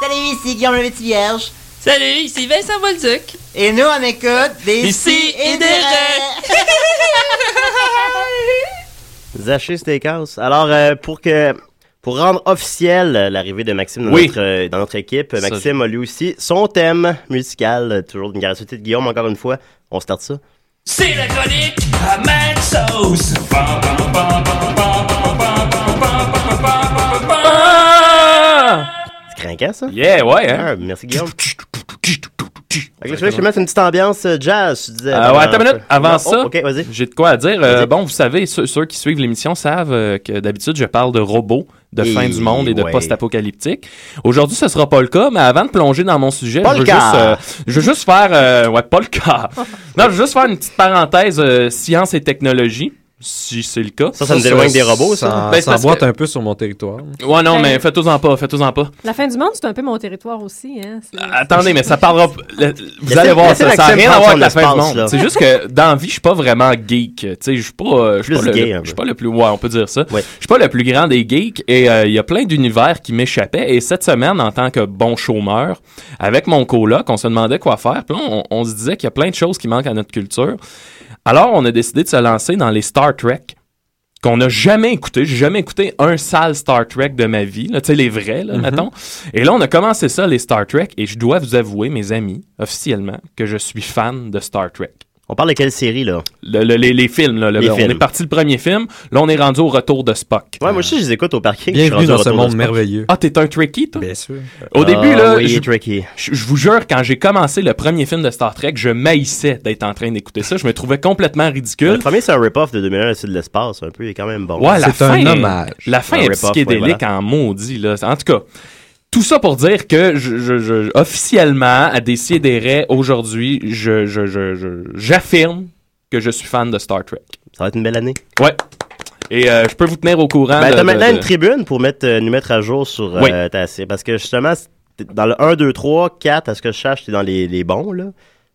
[SPEAKER 8] Salut, ici Guillaume le Petit Vierge.
[SPEAKER 9] Salut, ici Vincent Bolduc.
[SPEAKER 8] Et nous, on écoute des
[SPEAKER 9] Ici et des raies.
[SPEAKER 2] Zaché Steakhouse. Alors, euh, pour que pour rendre officiel euh, l'arrivée de Maxime dans,
[SPEAKER 6] Oui.
[SPEAKER 2] notre, euh, dans notre équipe,
[SPEAKER 6] Ça,
[SPEAKER 2] Maxime a lui aussi son thème musical, euh, toujours une gratuité de Guillaume, encore une fois. On start ça.
[SPEAKER 1] C'est la chronique à Mad Sauce.
[SPEAKER 6] Ah!
[SPEAKER 2] C'est craquant, ça?
[SPEAKER 6] Yeah, ouais, hein?
[SPEAKER 2] Ah, merci, Guillaume.
[SPEAKER 6] Ah!
[SPEAKER 2] Fait que là, je voulais que je te mette une petite ambiance euh, jazz, tu disais.
[SPEAKER 6] Ah ouais, attends une minute. Avant
[SPEAKER 2] Non,
[SPEAKER 6] ça-
[SPEAKER 2] oh, ok, vas-y.
[SPEAKER 6] J'ai de quoi à dire. Euh,
[SPEAKER 2] Vas-y.
[SPEAKER 6] bon, vous savez, ceux, ceux qui suivent l'émission savent euh, que d'habitude, je parle de robots, de
[SPEAKER 2] Et
[SPEAKER 6] fin du monde et de
[SPEAKER 2] Eh ouais.
[SPEAKER 6] post-apocalyptique. Aujourd'hui, ce sera pas le cas, mais avant de plonger dans mon sujet,
[SPEAKER 2] Pas
[SPEAKER 6] je
[SPEAKER 2] le
[SPEAKER 6] veux,
[SPEAKER 2] cas.
[SPEAKER 6] juste, euh, je veux juste faire... euh, ouais, pas le cas. non, je veux juste faire une petite parenthèse euh, science et technologie, si c'est le cas.
[SPEAKER 2] Ça, ça nous éloigne des robots, ça.
[SPEAKER 4] Ça,
[SPEAKER 6] Ben, c'est
[SPEAKER 4] ça
[SPEAKER 6] parce
[SPEAKER 4] boite
[SPEAKER 6] que-
[SPEAKER 4] un peu sur mon territoire.
[SPEAKER 6] Ouais, non, mais faites-en pas, faites-en pas.
[SPEAKER 5] La fin du monde, c'est un peu mon territoire aussi. Hein? C'est-
[SPEAKER 6] Attendez, mais ça parlera. le- vous
[SPEAKER 2] Laissez-
[SPEAKER 6] allez voir,
[SPEAKER 2] laissez
[SPEAKER 6] ça n'a
[SPEAKER 2] Maxime
[SPEAKER 6] rien à
[SPEAKER 2] prendre
[SPEAKER 6] voir
[SPEAKER 2] son
[SPEAKER 6] avec la fin du
[SPEAKER 2] espace, là.
[SPEAKER 6] monde. C'est juste que dans la vie, je suis pas vraiment geek. Tu sais, je suis pas, euh, je suis
[SPEAKER 2] Plus
[SPEAKER 6] pas le-
[SPEAKER 2] gay, un peu.
[SPEAKER 6] je suis pas le plus. Ouais, on peut dire ça.
[SPEAKER 2] Ouais.
[SPEAKER 6] Je suis pas le plus grand des geeks et euh, il y a plein d'univers qui m'échappaient. Et cette semaine, en tant que bon chômeur, avec mon coloc, on se demandait quoi faire. Puis là, on, on se disait qu'il y a plein de choses qui manquent à notre culture. Alors, on a décidé de se lancer dans les Star Trek qu'on n'a jamais écouté. J'ai jamais écouté un sale Star Trek de ma vie. là, Tu sais, les vrais, là, mettons. Et là, on a commencé ça, les Star Trek, et je dois vous avouer, mes amis, officiellement, que je suis fan de Star Trek.
[SPEAKER 2] On parle de quelle série, là?
[SPEAKER 6] Le- le- les, les films, là, le-
[SPEAKER 2] Les
[SPEAKER 6] on
[SPEAKER 2] films.
[SPEAKER 6] est parti le premier film. Là, on est rendu au retour de Spock.
[SPEAKER 2] Ouais, moi aussi, je les écoute au parking. je suis
[SPEAKER 4] Bienvenue
[SPEAKER 2] rendu
[SPEAKER 4] dans
[SPEAKER 2] au
[SPEAKER 4] ce
[SPEAKER 2] retour de
[SPEAKER 4] monde
[SPEAKER 2] sport.
[SPEAKER 4] merveilleux.
[SPEAKER 6] Ah, t'es un Trekkie, toi?
[SPEAKER 4] Bien sûr.
[SPEAKER 6] Au début,
[SPEAKER 2] Ah,
[SPEAKER 6] là,
[SPEAKER 2] oui,
[SPEAKER 6] je,
[SPEAKER 2] tricky.
[SPEAKER 6] je- je vous jure, quand j'ai commencé le premier film de Star Trek, je maïssais d'être en train d'écouter ça. Je me trouvais complètement
[SPEAKER 2] Le
[SPEAKER 6] ridicule.
[SPEAKER 2] premier, c'est un rip-off de 2001, c'est de l'espace, un peu. Il est quand même bon.
[SPEAKER 6] Ouais, la
[SPEAKER 4] C'est un
[SPEAKER 6] fin-
[SPEAKER 4] hommage.
[SPEAKER 6] La fin
[SPEAKER 2] Un
[SPEAKER 6] est
[SPEAKER 2] rip-off,
[SPEAKER 6] psychédélique
[SPEAKER 2] ouais, voilà.
[SPEAKER 6] en maudit, là. En tout cas, tout ça pour dire que je, je- je- officiellement, à Décideret, aujourd'hui, je, je- je- je- j'affirme que je suis fan de Star Trek.
[SPEAKER 2] Ça va être une belle année.
[SPEAKER 6] Ouais. Et euh, je peux vous tenir au courant.
[SPEAKER 2] Ben,
[SPEAKER 6] de-
[SPEAKER 2] t'as
[SPEAKER 6] de-
[SPEAKER 2] maintenant
[SPEAKER 6] de-
[SPEAKER 2] une tribune pour mettre, euh, nous mettre à jour sur euh,
[SPEAKER 6] Oui.
[SPEAKER 2] ta série. Parce que justement, c'est- dans le 1, 2, 3, 4, à ce que je cherche, t'es dans les, les bons, là.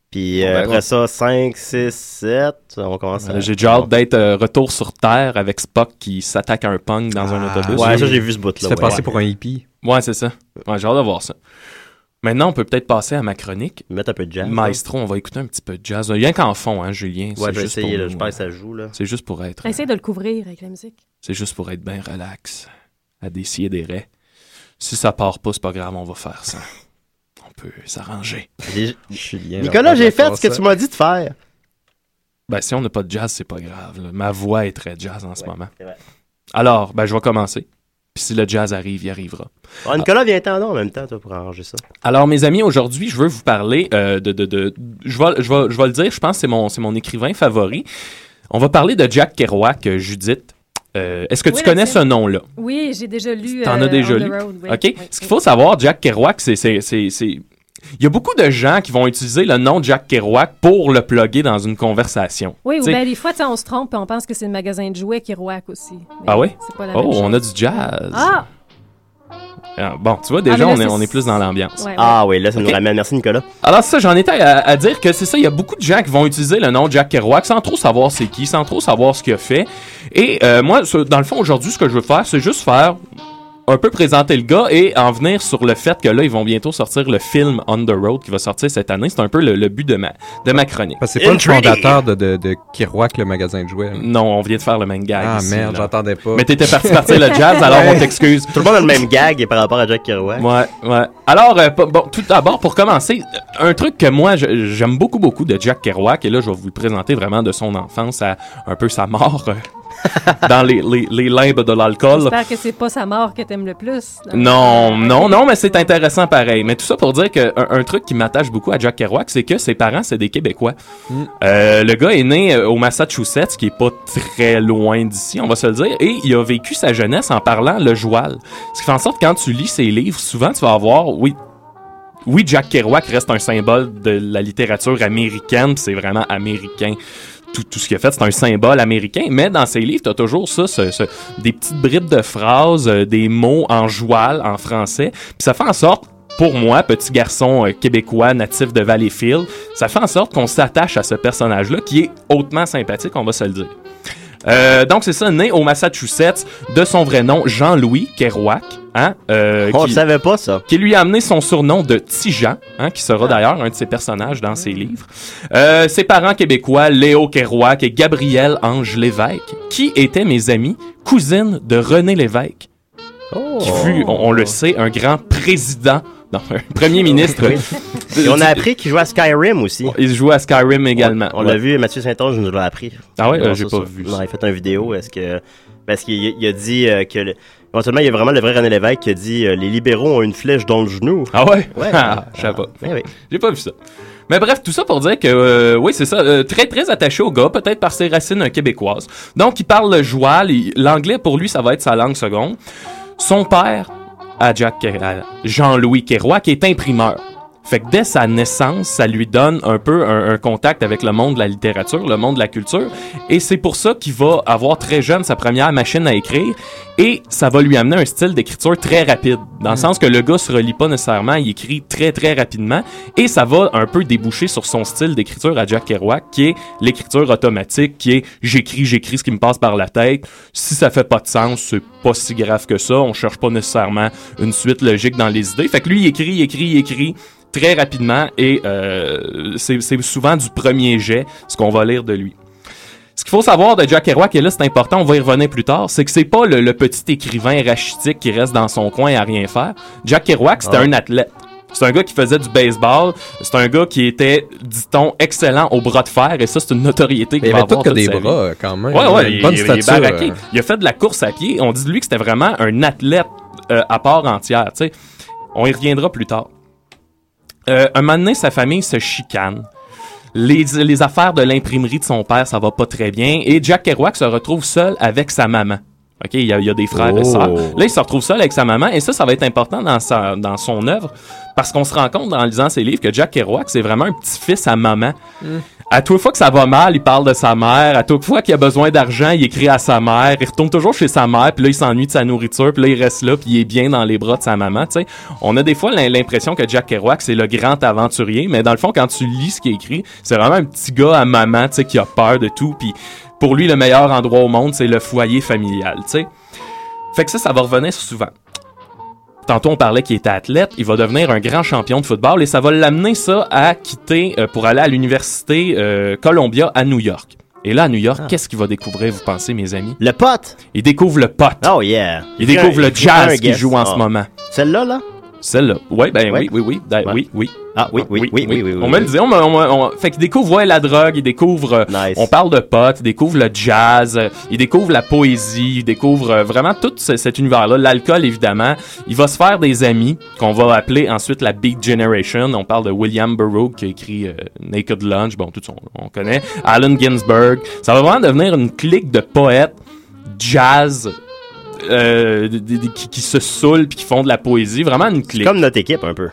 [SPEAKER 2] Puis euh,
[SPEAKER 6] verra.
[SPEAKER 2] après ça, 5, 6, 7, on commence à...
[SPEAKER 6] ben, Euh, J'ai déjà hâte d'être euh, retour sur Terre avec Spock qui s'attaque à un punk dans un
[SPEAKER 4] Ah,
[SPEAKER 6] autobus.
[SPEAKER 2] Ouais, ça, j'ai vu ce bout-là.
[SPEAKER 4] Tu te fais
[SPEAKER 2] ouais.
[SPEAKER 4] passer pour un hippie.
[SPEAKER 6] Ouais, c'est ça. Ouais, j'ai hâte de voir ça. Maintenant, on peut peut-être passer à ma chronique.
[SPEAKER 2] Mettre un peu de jazz. là.
[SPEAKER 6] Maestro, on va écouter un petit peu de jazz. Rien qu'en fond, hein, Julien.
[SPEAKER 2] Ouais,
[SPEAKER 6] c'est
[SPEAKER 2] je vais
[SPEAKER 6] juste
[SPEAKER 2] essayer,
[SPEAKER 6] pour
[SPEAKER 2] là.
[SPEAKER 6] nous,
[SPEAKER 2] Je
[SPEAKER 6] hein.
[SPEAKER 2] pense que ça joue, là.
[SPEAKER 6] C'est juste pour être.
[SPEAKER 5] Essaye de le couvrir avec la musique.
[SPEAKER 6] C'est juste pour être bien relax. À décider des raies. Si ça part pas, c'est pas grave, on va faire ça. On peut s'arranger.
[SPEAKER 2] J'ai- Nicolas, j'ai fait ce que tu m'as dit de faire.
[SPEAKER 6] Ben, si on n'a pas de jazz, c'est pas grave. là. Ma voix est très jazz en ce moment.
[SPEAKER 2] c'est vrai.
[SPEAKER 6] Alors, ben, je vais commencer. Puis si le jazz arrive, il arrivera.
[SPEAKER 2] Ah, Nicolas, viens t'en en même temps, toi, pour arranger ça.
[SPEAKER 6] Alors, mes amis, aujourd'hui, je veux vous parler euh, de... de, de je, vais, je, vais, je vais le dire, je pense que c'est mon, c'est mon écrivain favori. On va parler de Jack Kerouac, euh, Judith. Euh, Est-ce que
[SPEAKER 5] Oui,
[SPEAKER 6] tu connais
[SPEAKER 5] Maxime.
[SPEAKER 6] ce nom-là?
[SPEAKER 5] Oui, j'ai déjà lu.
[SPEAKER 6] T'en
[SPEAKER 5] euh,
[SPEAKER 6] as déjà
[SPEAKER 5] On
[SPEAKER 6] lu.
[SPEAKER 5] the Road, oui.
[SPEAKER 6] OK?
[SPEAKER 5] Oui.
[SPEAKER 6] Ce qu'il faut savoir, Jack Kerouac, c'est. c'est- c'est- c'est- Il y a beaucoup de gens qui vont utiliser le nom de Jack Kerouac pour le plugger dans une conversation.
[SPEAKER 5] Oui, ou ben,
[SPEAKER 6] T'sais-
[SPEAKER 5] bien des fois, tu sais, on se trompe et on pense que c'est le magasin de jouets qui rouac aussi. Mais
[SPEAKER 6] Ah ouais?
[SPEAKER 5] C'est pas la
[SPEAKER 6] Oh,
[SPEAKER 5] même chose.
[SPEAKER 6] on a du jazz.
[SPEAKER 5] Ah!
[SPEAKER 6] Ah, Bon, tu vois, déjà,
[SPEAKER 5] Ah, mais
[SPEAKER 6] on,
[SPEAKER 5] là,
[SPEAKER 6] est,
[SPEAKER 5] c'est-
[SPEAKER 6] on est plus dans l'ambiance.
[SPEAKER 5] Ouais, ouais.
[SPEAKER 2] Ah oui, là, ça nous
[SPEAKER 6] Ok.
[SPEAKER 2] ramène. Merci, Nicolas.
[SPEAKER 6] Alors ça, j'en étais à, à dire que c'est ça, il y a beaucoup de gens qui vont utiliser le nom de Jack Kerouac sans trop savoir c'est qui, sans trop savoir ce qu'il a fait. Et euh, moi, ce- dans le fond, aujourd'hui, ce que je veux faire, c'est juste faire un peu présenter le gars et en venir sur le fait que là, ils vont bientôt sortir le film On the Road qui va sortir cette année. C'est un peu le, le but de ma, de ma chronique.
[SPEAKER 4] Parce que c'est pas le
[SPEAKER 2] Entreaty.
[SPEAKER 4] fondateur de, de, de Kerouac, le magasin de jouets.
[SPEAKER 6] Non, on vient de faire le même gag.
[SPEAKER 4] Ah
[SPEAKER 6] ici,
[SPEAKER 4] merde,
[SPEAKER 6] là.
[SPEAKER 4] j'entendais pas.
[SPEAKER 6] Mais t'étais parti partir le jazz, alors on t'excuse.
[SPEAKER 2] Tout le monde a le même gag par rapport à Jack Kerouac.
[SPEAKER 6] Ouais, ouais. Alors, euh, pa- bon, tout d'abord, pour commencer, euh, un truc que moi, je- j'aime beaucoup, beaucoup de Jack Kerouac, et là, je vais vous le présenter vraiment de son enfance à un peu sa mort. euh, dans les, les, les limbes de l'alcool.
[SPEAKER 5] J'espère que c'est pas sa mort que t'aimes le plus.
[SPEAKER 6] Non, non, non, mais c'est intéressant pareil. Mais tout ça pour dire qu'un un truc qui m'attache beaucoup à Jack Kerouac, c'est que ses parents, c'est des Québécois. Euh, le gars est né euh, au Massachusetts, qui est pas très loin d'ici, on va se le dire, et il a vécu sa jeunesse en parlant le joual. Ce qui fait en sorte que quand tu lis ses livres, souvent tu vas avoir, oui, oui, Jack Kerouac reste un symbole de la littérature américaine, pis c'est vraiment américain. Tout, tout ce qu'il a fait, c'est un symbole américain, mais dans ses livres, t'as toujours ça, ce- ce- des petites bribes de phrases, euh, des mots en joual, en français, puis ça fait en sorte, pour moi, petit garçon euh, québécois natif de Valleyfield, ça fait en sorte qu'on s'attache à ce personnage-là, qui est hautement sympathique, on va se le dire. Euh, donc c'est ça, né au Massachusetts, de son vrai nom Jean-Louis Kerouac, hein, euh,
[SPEAKER 2] On ne
[SPEAKER 6] qui-
[SPEAKER 2] savait pas Oh, ça.
[SPEAKER 6] qui lui a amené son surnom de Tijan, hein, qui sera d'ailleurs un de ses personnages dans ses livres. Euh, ses parents québécois, Léo Kerouac et Gabriel Ange Lévesque, qui étaient mes amis, cousines de René Lévesque, qui fut,
[SPEAKER 2] Oh.
[SPEAKER 6] on, on le sait, un grand président, non, un premier ministre.
[SPEAKER 2] Et on a appris qu'il jouait à Skyrim aussi.
[SPEAKER 6] Il se joue à Skyrim également.
[SPEAKER 2] On l'a vu, Mathieu Saint-Onge nous l'a appris.
[SPEAKER 6] Ah ouais, euh,
[SPEAKER 2] Non,
[SPEAKER 6] j'ai
[SPEAKER 2] ça,
[SPEAKER 6] pas
[SPEAKER 2] ça.
[SPEAKER 6] vu
[SPEAKER 2] Non,
[SPEAKER 6] ça.
[SPEAKER 2] il a fait une vidéo. Est-ce que parce qu'il il a dit euh, que le- éventuellement il y a vraiment le vrai René Lévesque qui a dit euh, les libéraux ont une flèche dans le genou. ben
[SPEAKER 6] Ah ouais?
[SPEAKER 2] Ouais.
[SPEAKER 6] Ah, je sais pas.
[SPEAKER 2] Ouais, ouais.
[SPEAKER 6] J'ai pas vu ça. Mais bref, tout ça pour dire que, euh, oui, c'est ça, euh, très très attaché au gars, peut-être par ses racines euh, québécoises. Donc, il parle le joual, il- l'anglais pour lui, ça va être sa langue seconde. Son père, à Jack, Ke- à Jean-Louis Kerouac, est imprimeur. Fait que dès sa naissance, ça lui donne un peu un, un contact avec le monde de la littérature, le monde de la culture, et c'est pour ça qu'il va avoir très jeune sa première machine à écrire, et ça va lui amener un style d'écriture très rapide, dans le sens que le gars se relit pas nécessairement, il écrit très très rapidement, et ça va un peu déboucher sur son style d'écriture à Jack Kerouac, qui est l'écriture automatique, qui est j'écris, j'écris ce qui me passe par la tête. Si ça fait pas de sens, c'est pas si grave que ça. On cherche pas nécessairement une suite logique dans les idées. Fait que lui, il écrit, il écrit, il écrit très rapidement et euh, c'est c'est souvent du premier jet ce qu'on va lire de lui. Ce qu'il faut savoir de Jack Kerouac, et là c'est important, on va y revenir plus tard, c'est que c'est pas le, le petit écrivain rachitique qui reste dans son coin à rien faire. Jack Kerouac, c'était un athlète. C'est un gars qui faisait du baseball. C'est un gars qui était, dit-on, excellent au bras de fer. Et ça, c'est une notoriété
[SPEAKER 4] Mais
[SPEAKER 6] qu'il
[SPEAKER 4] il
[SPEAKER 6] va
[SPEAKER 4] avait tout
[SPEAKER 6] avoir
[SPEAKER 4] que
[SPEAKER 6] toute
[SPEAKER 4] des
[SPEAKER 6] sa vie.
[SPEAKER 4] bras euh, quand même.
[SPEAKER 6] Ouais, ouais,
[SPEAKER 4] Une
[SPEAKER 6] il,
[SPEAKER 4] bonne
[SPEAKER 6] il- il est
[SPEAKER 4] stature.
[SPEAKER 6] baraqué.
[SPEAKER 4] euh.
[SPEAKER 6] Il a fait de la course à pied. On dit de lui que c'était vraiment un athlète euh, à part entière. tu sais. On y reviendra plus tard. Euh, un moment donné, sa famille se chicane. Les, les affaires de l'imprimerie de son père, ça va pas très bien. Et Jack Kerouac se retrouve seul avec sa maman. OK, il y a, il y a des frères et
[SPEAKER 2] Oh.
[SPEAKER 6] sœurs. Là, il se retrouve seul avec sa maman. Et ça, ça va être important dans, sa, dans son œuvre. Parce qu'on se rend compte en lisant ses livres que Jack Kerouac, c'est vraiment un petit-fils à maman. À toute fois que ça va mal, il parle de sa mère. À toute fois qu'il a besoin d'argent, il écrit à sa mère. Il retourne toujours chez sa mère, puis là, il s'ennuie de sa nourriture, puis là, il reste là, puis il est bien dans les bras de sa maman, tu sais. On a des fois l'im- l'impression que Jack Kerouac, c'est le grand aventurier, mais dans le fond, quand tu lis ce qu'il est écrit, c'est vraiment un petit gars à maman, tu sais, qui a peur de tout, puis pour lui, le meilleur endroit au monde, c'est le foyer familial, tu sais. Fait que ça, ça va revenir souvent. Tantôt, on parlait qu'il était athlète. Il va devenir un grand champion de football et ça va l'amener, ça, à quitter euh, pour aller à l'université euh, Columbia à New York. Et là, à New York,
[SPEAKER 2] Ah.
[SPEAKER 6] qu'est-ce qu'il va découvrir, vous pensez, mes amis?
[SPEAKER 2] Le pote.
[SPEAKER 6] Il découvre le pot.
[SPEAKER 2] Oh yeah.
[SPEAKER 6] Il découvre
[SPEAKER 2] Un-
[SPEAKER 6] le jazz
[SPEAKER 2] un
[SPEAKER 6] qu'il
[SPEAKER 2] guest.
[SPEAKER 6] joue en
[SPEAKER 2] Ah.
[SPEAKER 6] ce moment.
[SPEAKER 2] Celle-là là.
[SPEAKER 6] Celle-là. Ouais, ben
[SPEAKER 2] Ouais.
[SPEAKER 6] oui, oui, oui. ben,
[SPEAKER 2] Ouais.
[SPEAKER 6] Oui, oui.
[SPEAKER 2] Ah oui oui oui oui oui.
[SPEAKER 6] On me le disait. On, me- on me- on- Fait qu'il découvre ouais, la drogue, il découvre. euh,
[SPEAKER 2] Nice.
[SPEAKER 6] On parle de potes, il découvre le jazz, euh, il découvre la poésie, il découvre euh, vraiment tout ce- cet univers-là. L'alcool, évidemment. Il va se faire des amis, qu'on va appeler ensuite la Big Generation. On parle de William Burroughs qui a écrit euh, Naked Lunch, bon, tout ça, on, on connaît. Allen Ginsberg. Ça va vraiment devenir une clique de poètes, jazz, euh, d- d- d- qui, qui se saoulent puis qui font de la poésie. Vraiment une clique.
[SPEAKER 2] Comme notre équipe un peu.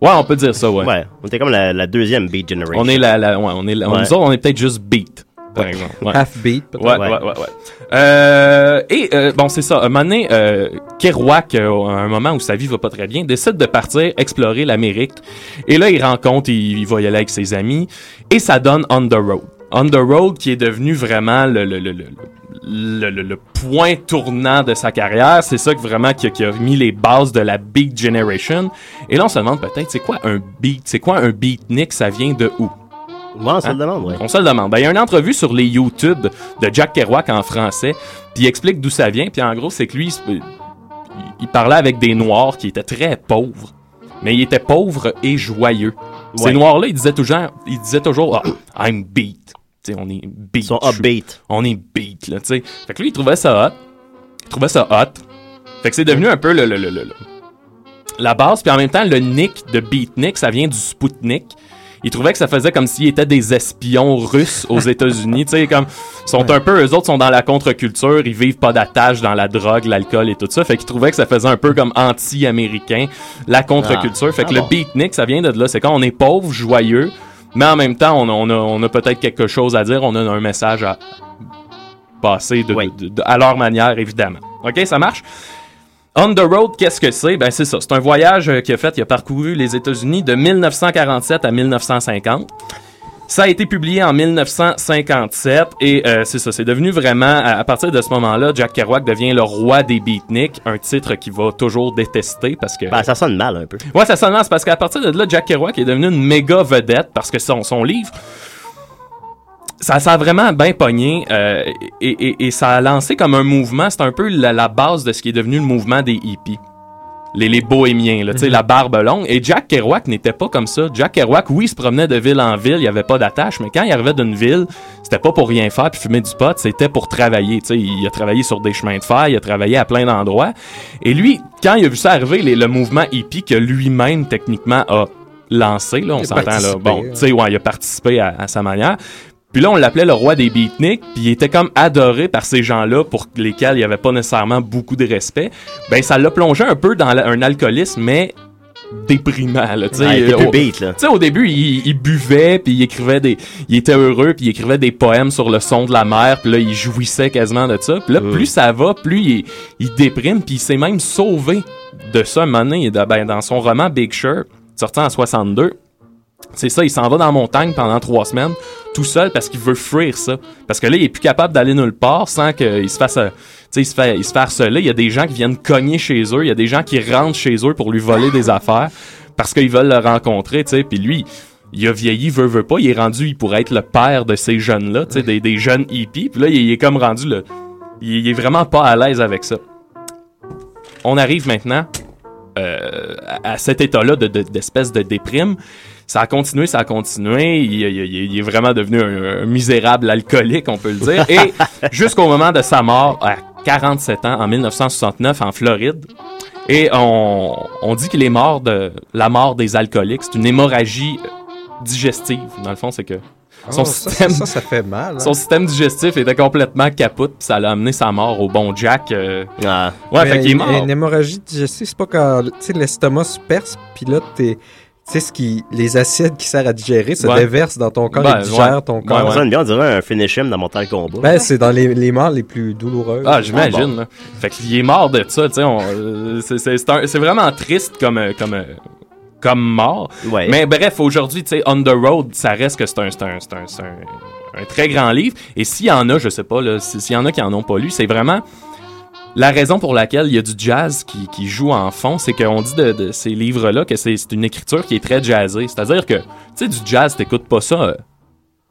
[SPEAKER 6] Ouais, on peut dire ça, ouais.
[SPEAKER 2] Ouais. On était comme la, la deuxième Beat Generation.
[SPEAKER 6] On est la, la- ouais, on est la-
[SPEAKER 2] Ouais.
[SPEAKER 6] nous autres, on est peut-être juste beat, par exemple. Ouais.
[SPEAKER 4] Half beat, peut-être.
[SPEAKER 6] Ouais, ouais, ouais, ouais. Euh, et euh, bon, c'est ça. Un moment donné, euh, Kerouac, euh, à un moment où sa vie va pas très bien, décide de partir explorer l'Amérique. Et là, il rencontre, il, il va y aller avec ses amis, et ça donne On the Road. On the Road, qui est devenu vraiment le, le, le, le, le, le- le point tournant de sa carrière. C'est ça que vraiment qui a, qui a mis les bases de la Big Generation. Et là, on se demande peut-être, c'est quoi un beat? C'est quoi un beatnik? Ça vient de où?
[SPEAKER 2] Ouais, on se le demande. Ouais.
[SPEAKER 6] Hein? On se le demande. Ben, il y a une entrevue sur les YouTube de Jack Kerouac en français, puis il explique d'où ça vient, puis en gros, c'est que lui, il se- il, il parlait avec des Noirs qui étaient très pauvres, mais ils étaient pauvres et joyeux. Ces
[SPEAKER 2] Ouais.
[SPEAKER 6] Noirs-là, ils disaient toujours, ils disaient toujours Ah, I'm beat. tu sais, on est
[SPEAKER 2] Ils
[SPEAKER 6] beat.
[SPEAKER 2] sont
[SPEAKER 6] je suis-
[SPEAKER 2] upbeat.
[SPEAKER 6] on est beat, là, tu sais. Fait que lui, il trouvait ça hot. Il trouvait ça hot. Fait que c'est devenu un peu le, le- le- le- le- la base. Puis en même temps, le nick de beatnik, ça vient du Spoutnik. Il trouvait que ça faisait comme s'ils étaient des espions russes aux États-Unis. Tu sais, comme, ils sont un peu, eux autres sont dans la contre-culture, ils vivent pas d'attache dans la drogue, l'alcool et tout ça. Fait qu'il trouvait que ça faisait un peu comme anti-américain, la contre-culture. fait
[SPEAKER 2] Ah,
[SPEAKER 6] que
[SPEAKER 2] ah
[SPEAKER 6] le
[SPEAKER 2] bon.
[SPEAKER 6] beatnik, ça vient de là. C'est quand on est pauvre, joyeux, mais en même temps, on a, on a, on a peut-être quelque chose à dire, on a un message à passer de,
[SPEAKER 2] Oui.
[SPEAKER 6] de- de- à leur manière, évidemment. OK, ça marche? On the road, qu'est-ce que c'est? Ben, c'est ça. C'est un voyage euh, qu'il a fait. Il a parcouru les États-Unis de 1947 à 1950. Ça a été publié en 1957 et euh, c'est ça, c'est devenu vraiment, à, à partir de ce moment-là, Jack Kerouac devient le roi des beatniks, un titre qu'il va toujours détester parce que...
[SPEAKER 2] Ben, ça sonne mal un peu.
[SPEAKER 6] Ouais, ça sonne, c'est parce qu'à partir de là, Jack Kerouac est devenu une méga vedette parce que son, son livre, ça, ça a vraiment bien pogné euh, et, et- et ça a lancé comme un mouvement. C'est un peu la, la base de ce qui est devenu le mouvement des hippies. Les, les bohémiens, là, tu sais, la barbe longue. Et Jack Kerouac n'était pas comme ça. Jack Kerouac, oui, il se promenait de ville en ville, il n'y avait pas d'attache, mais quand il arrivait d'une ville, c'était pas pour rien faire puis fumer du pot, c'était pour travailler. tu sais. il a travaillé sur des chemins de fer, il a travaillé à plein d'endroits. Et lui, quand il a vu ça arriver, les- le mouvement hippie que lui-même, techniquement, a lancé, là, on
[SPEAKER 4] Il a
[SPEAKER 6] s'entend, là.
[SPEAKER 4] participé,
[SPEAKER 6] Bon,
[SPEAKER 4] hein.
[SPEAKER 6] tu sais, ouais, il a participé à, à sa manière. Puis là, on l'appelait le roi des beatniks, puis il était comme adoré par ces gens-là pour lesquels il n'y avait pas nécessairement beaucoup de respect. Ben, ça l'a plongé un peu dans la- un alcoolisme, mais déprimant, là, tu sais.
[SPEAKER 2] Ah, il était
[SPEAKER 6] Euh,
[SPEAKER 2] plus
[SPEAKER 6] au-
[SPEAKER 2] beat, là.
[SPEAKER 6] tu sais, au début, il, il buvait, puis il écrivait des... Il était heureux, puis il écrivait des poèmes sur le son de la mer, puis là, il jouissait quasiment de ça. Puis là,
[SPEAKER 2] Mm.
[SPEAKER 6] plus ça va, plus il, il déprime, puis il s'est même sauvé de ça. Un moment donné, il est dans- ben, dans son roman Big Shirt, sorti en 62, c'est ça, il s'en va dans la montagne pendant trois semaines, tout seul, parce qu'il veut fuir ça. Parce que là, il est plus capable d'aller nulle part sans qu'il se fasse... euh, tu sais, il se fait, il se fait harceler. Il y a des gens qui viennent cogner chez eux. Il y a des gens qui rentrent chez eux pour lui voler des affaires parce qu'ils veulent le rencontrer, tu sais. Puis lui, il a vieilli, veut, veut pas. Il est rendu, il pourrait être le père de ces jeunes-là, tu sais, des, des jeunes hippies. Puis là, il, il est comme rendu le... Il, il est vraiment pas à l'aise avec ça. On arrive maintenant euh, à- à cet état-là de- de- d'espèce de, déprime. Ça a continué, ça a continué. Il, il- il- il est vraiment devenu un, un misérable alcoolique, on peut le dire. Et jusqu'au moment de sa mort, à 47 ans, en 1969, en Floride. Et on, on dit qu'il est mort de la mort des alcooliques. C'est une hémorragie digestive. Dans le fond, c'est que Ah, Son
[SPEAKER 4] Oh, ça,
[SPEAKER 6] système-
[SPEAKER 4] Ça, ça, ça fait mal. hein.
[SPEAKER 6] son système digestif était complètement capote, puis ça l'a amené sa mort au bon Jack. euh.
[SPEAKER 2] Ah.
[SPEAKER 6] Ouais,
[SPEAKER 4] Mais
[SPEAKER 6] fait qu'il est
[SPEAKER 4] une-
[SPEAKER 6] mort.
[SPEAKER 4] Une hémorragie digestive, c'est pas quand tu sais, l'estomac se perce, puis là, t'es. Tu sais, ce qui, les acides qui servent à digérer se
[SPEAKER 6] Ouais.
[SPEAKER 4] déversent dans ton corps
[SPEAKER 6] Ben,
[SPEAKER 4] et digèrent ton
[SPEAKER 6] Ouais,
[SPEAKER 4] corps.
[SPEAKER 2] Ça
[SPEAKER 6] ouais.
[SPEAKER 2] sonne bien, on dirait un finish him dans Mortal
[SPEAKER 5] Oh,
[SPEAKER 2] Kombat.
[SPEAKER 4] Ben, c'est dans les, les morts les plus douloureuses.
[SPEAKER 6] Ah, j'imagine. là. Fait qu'il est mort de ça, tu sais. on- euh, c'est- C'est c'est un- c'est vraiment triste comme, euh, comme, euh, comme mort.
[SPEAKER 2] ouais.
[SPEAKER 6] Ben, Mais bref, aujourd'hui, tu sais, On the Road, ça reste que c'est un, c'est un, c'est un, c'est un- un très grand livre. Et s'il y en a, je sais pas, là, si- s'il y en a qui en ont pas lu, c'est vraiment la raison pour laquelle il y a du jazz qui, qui joue en fond. C'est qu'on dit de, de ces livres-là que c'est c'est une écriture qui est très jazzée. C'est-à-dire que, tu sais, du jazz, t'écoutes pas ça. euh,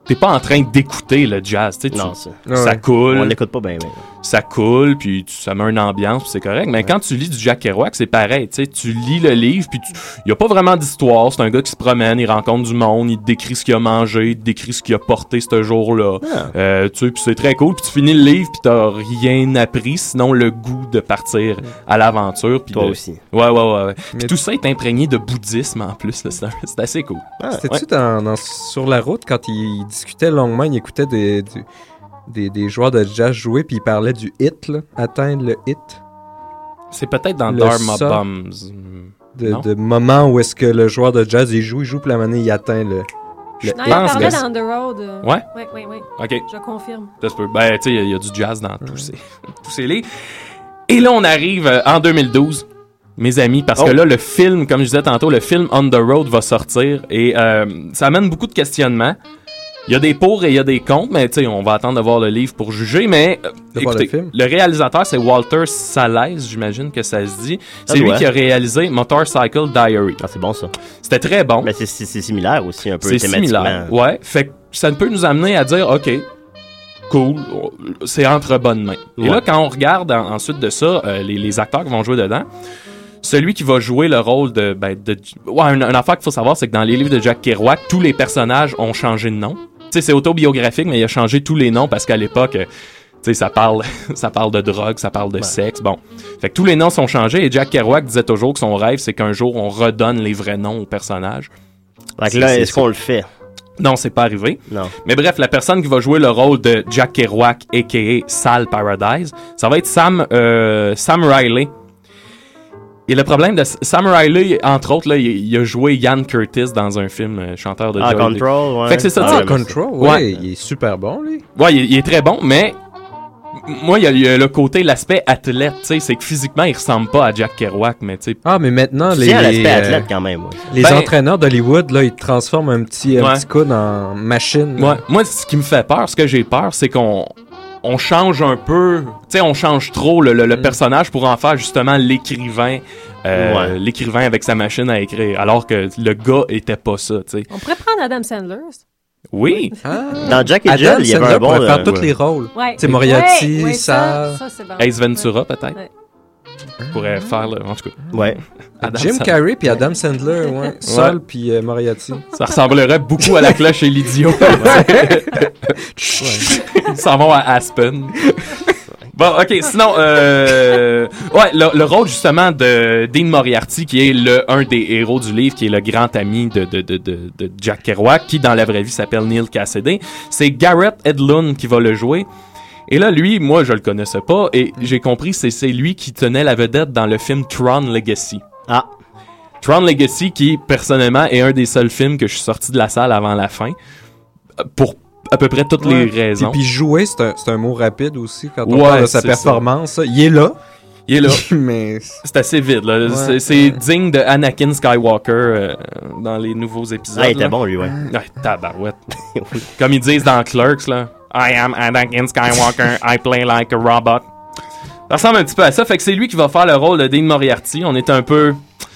[SPEAKER 6] T'es pas en train d'écouter le jazz, tu sais. tu-
[SPEAKER 2] non, ça.
[SPEAKER 4] Ouais,
[SPEAKER 6] Ça
[SPEAKER 4] Ah, ouais.
[SPEAKER 6] coule
[SPEAKER 2] On l'écoute pas bien, mais.
[SPEAKER 6] ça coule, puis tu- ça met une ambiance, puis c'est correct. Mais quand tu lis du Jack Kerouac, c'est pareil. Tu sais, tu lis le livre, puis tu- il n'y a pas vraiment d'histoire. C'est un gars qui se promène, il rencontre du monde, il te décrit ce qu'il a mangé, il te décrit ce qu'il a porté ce jour-là.
[SPEAKER 2] Ah.
[SPEAKER 6] Euh, tu sais, puis c'est très cool. Puis tu finis le livre, puis t'as rien appris, sinon le goût de partir à l'aventure. puis
[SPEAKER 2] Toi
[SPEAKER 6] de-
[SPEAKER 2] aussi.
[SPEAKER 6] Ouais, ouais, ouais. ouais. Puis
[SPEAKER 4] Mais-
[SPEAKER 6] tout ça est imprégné de bouddhisme en plus. là. C'est c'est assez cool.
[SPEAKER 2] Ah,
[SPEAKER 4] C'était-tu
[SPEAKER 2] ouais.
[SPEAKER 4] dans, dans- sur la route quand il, il discutait longuement, il écoutait des, du- des, des joueurs de jazz jouer, puis il parlait du hit, là, atteindre le hit,
[SPEAKER 6] C'est peut-être dans
[SPEAKER 4] Le
[SPEAKER 6] Dharma
[SPEAKER 4] ça-
[SPEAKER 6] Bombs.
[SPEAKER 4] de,
[SPEAKER 6] Non.
[SPEAKER 4] de moment où est-ce que le joueur de jazz, il joue, il joue, puis la manière, il atteint le... le
[SPEAKER 5] Non,
[SPEAKER 6] Je
[SPEAKER 5] il
[SPEAKER 6] pense
[SPEAKER 5] parlait
[SPEAKER 6] que-
[SPEAKER 5] dans The Road. euh,
[SPEAKER 6] Ouais?
[SPEAKER 5] Oui, oui, oui.
[SPEAKER 6] Ok.
[SPEAKER 5] Je confirme.
[SPEAKER 6] Ça se peut. Ben, tu sais, il y, a du jazz dans tous ces, tous ces livres. Et là, on arrive euh, en 2012, mes amis, parce
[SPEAKER 2] Oh.
[SPEAKER 6] que là, le film, comme je disais tantôt, le film On the Road va sortir et euh, ça amène beaucoup de questionnements. Il y a des pour et il y a des contre, mais tu sais, on va attendre de voir le livre pour juger. Mais euh,
[SPEAKER 4] De voir
[SPEAKER 6] écoutez,
[SPEAKER 4] le film.
[SPEAKER 6] réalisateur, c'est Walter Salles, j'imagine que ça se dit.
[SPEAKER 2] Ça
[SPEAKER 6] C'est lui
[SPEAKER 2] doit.
[SPEAKER 6] qui a réalisé Motorcycle Diary.
[SPEAKER 2] Ah, c'est bon, ça.
[SPEAKER 6] C'était très bon.
[SPEAKER 2] Mais c'est- c'est c'est similaire aussi, un peu
[SPEAKER 6] C'est
[SPEAKER 2] thématiquement.
[SPEAKER 6] similaire. Ouais. Fait que ça peut nous amener à dire, OK, cool, on- c'est entre bonnes mains. Et
[SPEAKER 2] Ouais.
[SPEAKER 6] là, quand on regarde en- ensuite de ça, euh, les, les acteurs qui vont jouer dedans, celui qui va jouer le rôle de. Ben, de ouais, une, une affaire qu'il faut savoir, c'est que dans les livres de Jack Kerouac, tous les personnages ont changé de nom. sais, c'est autobiographique, mais il a changé tous les noms parce qu'à l'époque, euh, tu sais, ça parle, ça parle de drogue, ça parle de sexe. Bon, fait que tous les noms sont changés et Jack Kerouac disait toujours que son rêve, c'est qu'un jour on redonne les vrais noms aux personnages.
[SPEAKER 2] Fait que là,
[SPEAKER 6] C'est-
[SPEAKER 2] est-ce
[SPEAKER 6] c'est-
[SPEAKER 2] qu'on le fait?
[SPEAKER 6] Non, c'est pas arrivé.
[SPEAKER 2] Non.
[SPEAKER 6] Mais bref, la personne qui va jouer le rôle de Jack Kerouac, a.k.a. Sal Paradise, ça va être Sam, euh, Sam Riley. Et le problème de S- Sam Riley, entre autres, là, il, il a joué Ian Curtis dans un film, euh, chanteur de
[SPEAKER 2] Ah,
[SPEAKER 6] jazz.
[SPEAKER 2] Control, ouais.
[SPEAKER 6] Fait que c'est ça,
[SPEAKER 2] Ah,
[SPEAKER 6] tu sais,
[SPEAKER 2] mais
[SPEAKER 4] Control, ouais,
[SPEAKER 6] Ouais.
[SPEAKER 4] il est super bon, lui.
[SPEAKER 6] Ouais, il, il est très bon, mais m- moi, il y a, il y a le côté, l'aspect athlète, tu sais, c'est que physiquement, il ressemble pas à Jack Kerouac, mais tu sais,
[SPEAKER 4] Ah, mais maintenant,
[SPEAKER 2] Tu
[SPEAKER 4] les,
[SPEAKER 2] tiens à l'aspect
[SPEAKER 4] euh,
[SPEAKER 2] athlète quand même, ouais.
[SPEAKER 4] les
[SPEAKER 6] Ben-
[SPEAKER 4] entraîneurs d'Hollywood, là, ils transforment un petit, un
[SPEAKER 6] Ouais.
[SPEAKER 4] petit coude en machine.
[SPEAKER 6] Ouais. Moi, ce qui me fait peur, ce que j'ai peur, c'est qu'on on change un peu, tu sais, on change trop le, le- le personnage pour en faire justement l'écrivain, euh,
[SPEAKER 2] Ouais.
[SPEAKER 6] l'écrivain avec sa machine à écrire, alors que le gars était pas ça, tu sais.
[SPEAKER 5] On pourrait prendre Adam Sandler.
[SPEAKER 6] Oui,
[SPEAKER 4] Ah.
[SPEAKER 2] Dans Jack et
[SPEAKER 4] Adam
[SPEAKER 2] Jill, il y avait
[SPEAKER 4] Sandler
[SPEAKER 2] un bon.
[SPEAKER 4] pourrait faire
[SPEAKER 2] euh,
[SPEAKER 4] tous
[SPEAKER 2] ouais.
[SPEAKER 4] les rôles.
[SPEAKER 5] Ouais.
[SPEAKER 4] C'est Moriarty,
[SPEAKER 5] Ouais, ouais,
[SPEAKER 4] ça-
[SPEAKER 5] Ça, c'est bon.
[SPEAKER 6] Ace Ventura peut-être
[SPEAKER 5] Ouais.
[SPEAKER 6] pourrait faire le, en tout cas.
[SPEAKER 2] Ouais.
[SPEAKER 6] Adam
[SPEAKER 4] Jim
[SPEAKER 6] Sandler.
[SPEAKER 4] Carrey puis Adam Sandler, ouais. Sol puis euh, Moriarty.
[SPEAKER 6] Ça ressemblerait beaucoup à la cloche et l'idiot. Ils s'en vont à Aspen. Bon, ok, sinon, euh, ouais, le, le rôle justement de Dean Moriarty, qui est le un des héros du livre, qui est le grand ami de, de, de, de, de Jack Kerouac, qui dans la vraie vie s'appelle Neil Cassidy, c'est Garrett Edlund qui va le jouer. Et là, lui, moi, je le connaissais pas, et j'ai compris, c'est c'est lui qui tenait la vedette dans le film Tron Legacy.
[SPEAKER 2] Ah.
[SPEAKER 6] Tron Legacy, qui personnellement est un des seuls films que je suis sorti de la salle avant la fin, euh, pour à peu près toutes les
[SPEAKER 4] Puis,
[SPEAKER 6] raisons.
[SPEAKER 4] puis jouer, c'est un, c'est un mot rapide aussi quand on
[SPEAKER 6] Ouais,
[SPEAKER 4] parle de sa
[SPEAKER 6] c'est
[SPEAKER 4] performance. Il est là,
[SPEAKER 6] Il est là.
[SPEAKER 4] mais c'est-
[SPEAKER 6] C'est assez vide, là.
[SPEAKER 4] Ouais.
[SPEAKER 6] C'est- C'est digne de Anakin Skywalker euh, dans les nouveaux épisodes.
[SPEAKER 2] Ah, il était
[SPEAKER 6] là.
[SPEAKER 2] bon, lui, ouais.
[SPEAKER 6] Ouais, tabarouette. Comme ils disent dans Clerks, là. I am Anakin Skywalker, I play like a robot. Ça ressemble un petit peu à ça. Fait que c'est lui qui va faire le rôle de Dean Moriarty. On est un peu.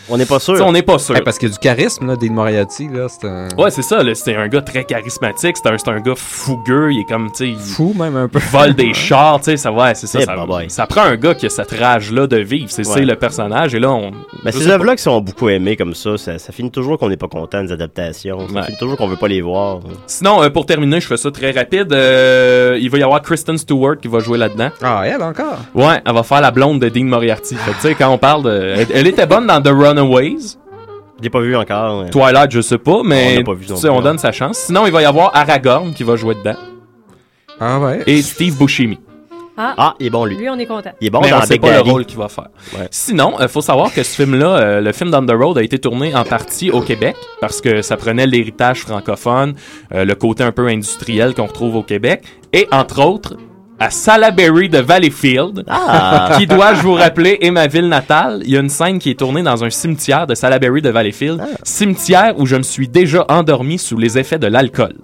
[SPEAKER 2] On n'est pas sûr.
[SPEAKER 6] tu sais, on n'est pas sûr.
[SPEAKER 4] Ouais, parce qu'il y a du charisme, là, Dean Moriarty, là, c'est un
[SPEAKER 6] Ouais, c'est ça. là. C'est un gars très charismatique. C'est un, c'est un gars fougueux. Il est comme, tu sais, il-
[SPEAKER 4] fou même un peu.
[SPEAKER 6] vole des chars, tu sais, ça, ouais, c'est ça.
[SPEAKER 2] Eh,
[SPEAKER 6] ça,
[SPEAKER 2] bye bye.
[SPEAKER 6] ça prend un gars qui a cette rage-là de vivre, c'est c'est
[SPEAKER 2] Ouais. Ben,
[SPEAKER 6] le personnage, et là, on...
[SPEAKER 2] Mais
[SPEAKER 6] je
[SPEAKER 2] ces
[SPEAKER 6] sais
[SPEAKER 2] œuvres-là qui sont beaucoup aimées comme ça, ça, ça finit toujours qu'on n'est pas content des adaptations. Ça
[SPEAKER 6] Ouais.
[SPEAKER 2] finit toujours qu'on veut pas les voir.
[SPEAKER 6] pas. Sinon, euh, pour terminer, je fais ça très rapide, euh, il va y avoir Kristen Stewart qui va jouer là-dedans.
[SPEAKER 4] Ah, elle encore.
[SPEAKER 6] Ouais, elle va faire la blonde de Dean Moriarty. Fait que, tu sais, quand on parle de... Elle, elle était bonne dans The Runaways,
[SPEAKER 2] Je l'ai pas vu encore. ouais.
[SPEAKER 6] Twilight, je sais pas,
[SPEAKER 2] On
[SPEAKER 6] mais
[SPEAKER 2] l'a pas vu
[SPEAKER 6] tu
[SPEAKER 2] non
[SPEAKER 6] sais,
[SPEAKER 2] plus, hein.
[SPEAKER 6] on
[SPEAKER 2] non.
[SPEAKER 6] donne sa chance. Sinon, il va y avoir Aragorn qui va jouer dedans,
[SPEAKER 4] Ah ouais.
[SPEAKER 6] et Steve Buscemi.
[SPEAKER 5] Ah,
[SPEAKER 2] Ah, il est bon, lui.
[SPEAKER 5] lui, on est content.
[SPEAKER 2] Il est bon
[SPEAKER 6] mais on
[SPEAKER 2] dans
[SPEAKER 6] sait
[SPEAKER 2] Big
[SPEAKER 6] pas le
[SPEAKER 2] Daddy.
[SPEAKER 6] rôle qu'il va faire.
[SPEAKER 2] Ouais.
[SPEAKER 6] Sinon, il faut savoir que ce film-là, euh, le film Down the Road, a été tourné en partie au Québec parce que ça prenait l'héritage francophone, euh, le côté un peu industriel qu'on retrouve au Québec, et entre autres à Salaberry de Valleyfield,
[SPEAKER 2] Ah,
[SPEAKER 6] qui doit, je vous rappeler, est ma ville natale. Il y a une scène qui est tournée dans un cimetière de Salaberry de Valleyfield,
[SPEAKER 2] Ah.
[SPEAKER 6] cimetière où je me suis déjà endormi sous les effets de l'alcool.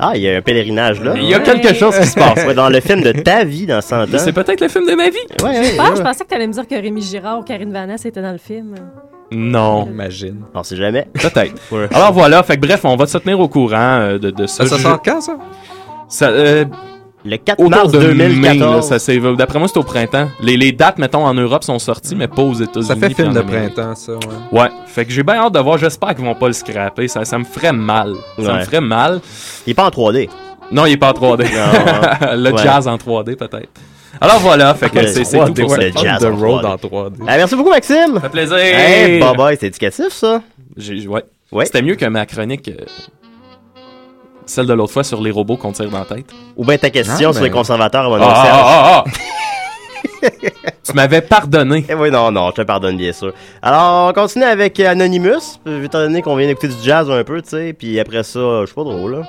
[SPEAKER 2] ah, il y a un pèlerinage là.
[SPEAKER 6] Il y a
[SPEAKER 5] Ouais.
[SPEAKER 6] quelque chose qui se passe.
[SPEAKER 2] Ouais, dans le film de ta vie dans 100 ans.
[SPEAKER 6] C'est peut-être le film de ma vie.
[SPEAKER 2] Ouais, ouais,
[SPEAKER 5] Ah, je
[SPEAKER 2] ouais.
[SPEAKER 5] pensais que t'allais me dire que Rémi Girard ou Karine Vanasse étaient dans le film.
[SPEAKER 6] Non,
[SPEAKER 4] Imagine.
[SPEAKER 2] On sait jamais.
[SPEAKER 6] peut-être. Alors voilà, fait que bref, on va se tenir au courant euh, de, de ça.
[SPEAKER 4] Ça, ça
[SPEAKER 6] Je-
[SPEAKER 4] sort quand, ça?
[SPEAKER 6] ça, euh,
[SPEAKER 2] Le 4
[SPEAKER 6] autour
[SPEAKER 2] mars
[SPEAKER 6] de
[SPEAKER 2] 2014.
[SPEAKER 6] mai, là, ça c'est- d'après moi c'est au printemps. Les, les dates mettons en Europe sont sorties mais pas aux États-Unis.
[SPEAKER 4] Ça fait
[SPEAKER 6] puis
[SPEAKER 4] film
[SPEAKER 6] en
[SPEAKER 4] de
[SPEAKER 6] Amérique.
[SPEAKER 4] printemps, ça, ouais.
[SPEAKER 6] Ouais, fait que j'ai bien hâte de voir, j'espère qu'ils vont pas le scraper, ça, ça me ferait mal. Ça me
[SPEAKER 2] Ouais.
[SPEAKER 6] ferait mal.
[SPEAKER 2] Il est pas en 3D.
[SPEAKER 6] Non, il est pas en 3D.
[SPEAKER 2] Non.
[SPEAKER 6] le
[SPEAKER 2] Ouais.
[SPEAKER 6] jazz en 3D peut-être. Alors voilà, fait que
[SPEAKER 2] Le
[SPEAKER 6] c'est c'est tout
[SPEAKER 2] 3D,
[SPEAKER 6] pour
[SPEAKER 2] ouais.
[SPEAKER 6] ça.
[SPEAKER 2] Le jazz en
[SPEAKER 4] 3D.
[SPEAKER 2] Ah, merci beaucoup, Maxime.
[SPEAKER 6] Ça fait plaisir.
[SPEAKER 2] Hey, bye bye, c'est éducatif ça.
[SPEAKER 6] J'ai- ouais.
[SPEAKER 2] Ouais.
[SPEAKER 6] C'était mieux que ma chronique euh, celle de l'autre fois sur les robots qu'on tire dans la tête.
[SPEAKER 2] Ou bien ta question
[SPEAKER 4] Non,
[SPEAKER 2] sur
[SPEAKER 4] mais-
[SPEAKER 2] les conservateurs à mon
[SPEAKER 6] Ah,
[SPEAKER 2] Serge.
[SPEAKER 6] ah, ah, ah. tu m'avais pardonné.
[SPEAKER 2] Eh oui, non, non, je te pardonne, bien sûr. Alors, on continue avec Anonymous, euh, étant donné qu'on vient d'écouter du jazz un peu, tu sais, puis après ça, euh, je suis pas drôle, là.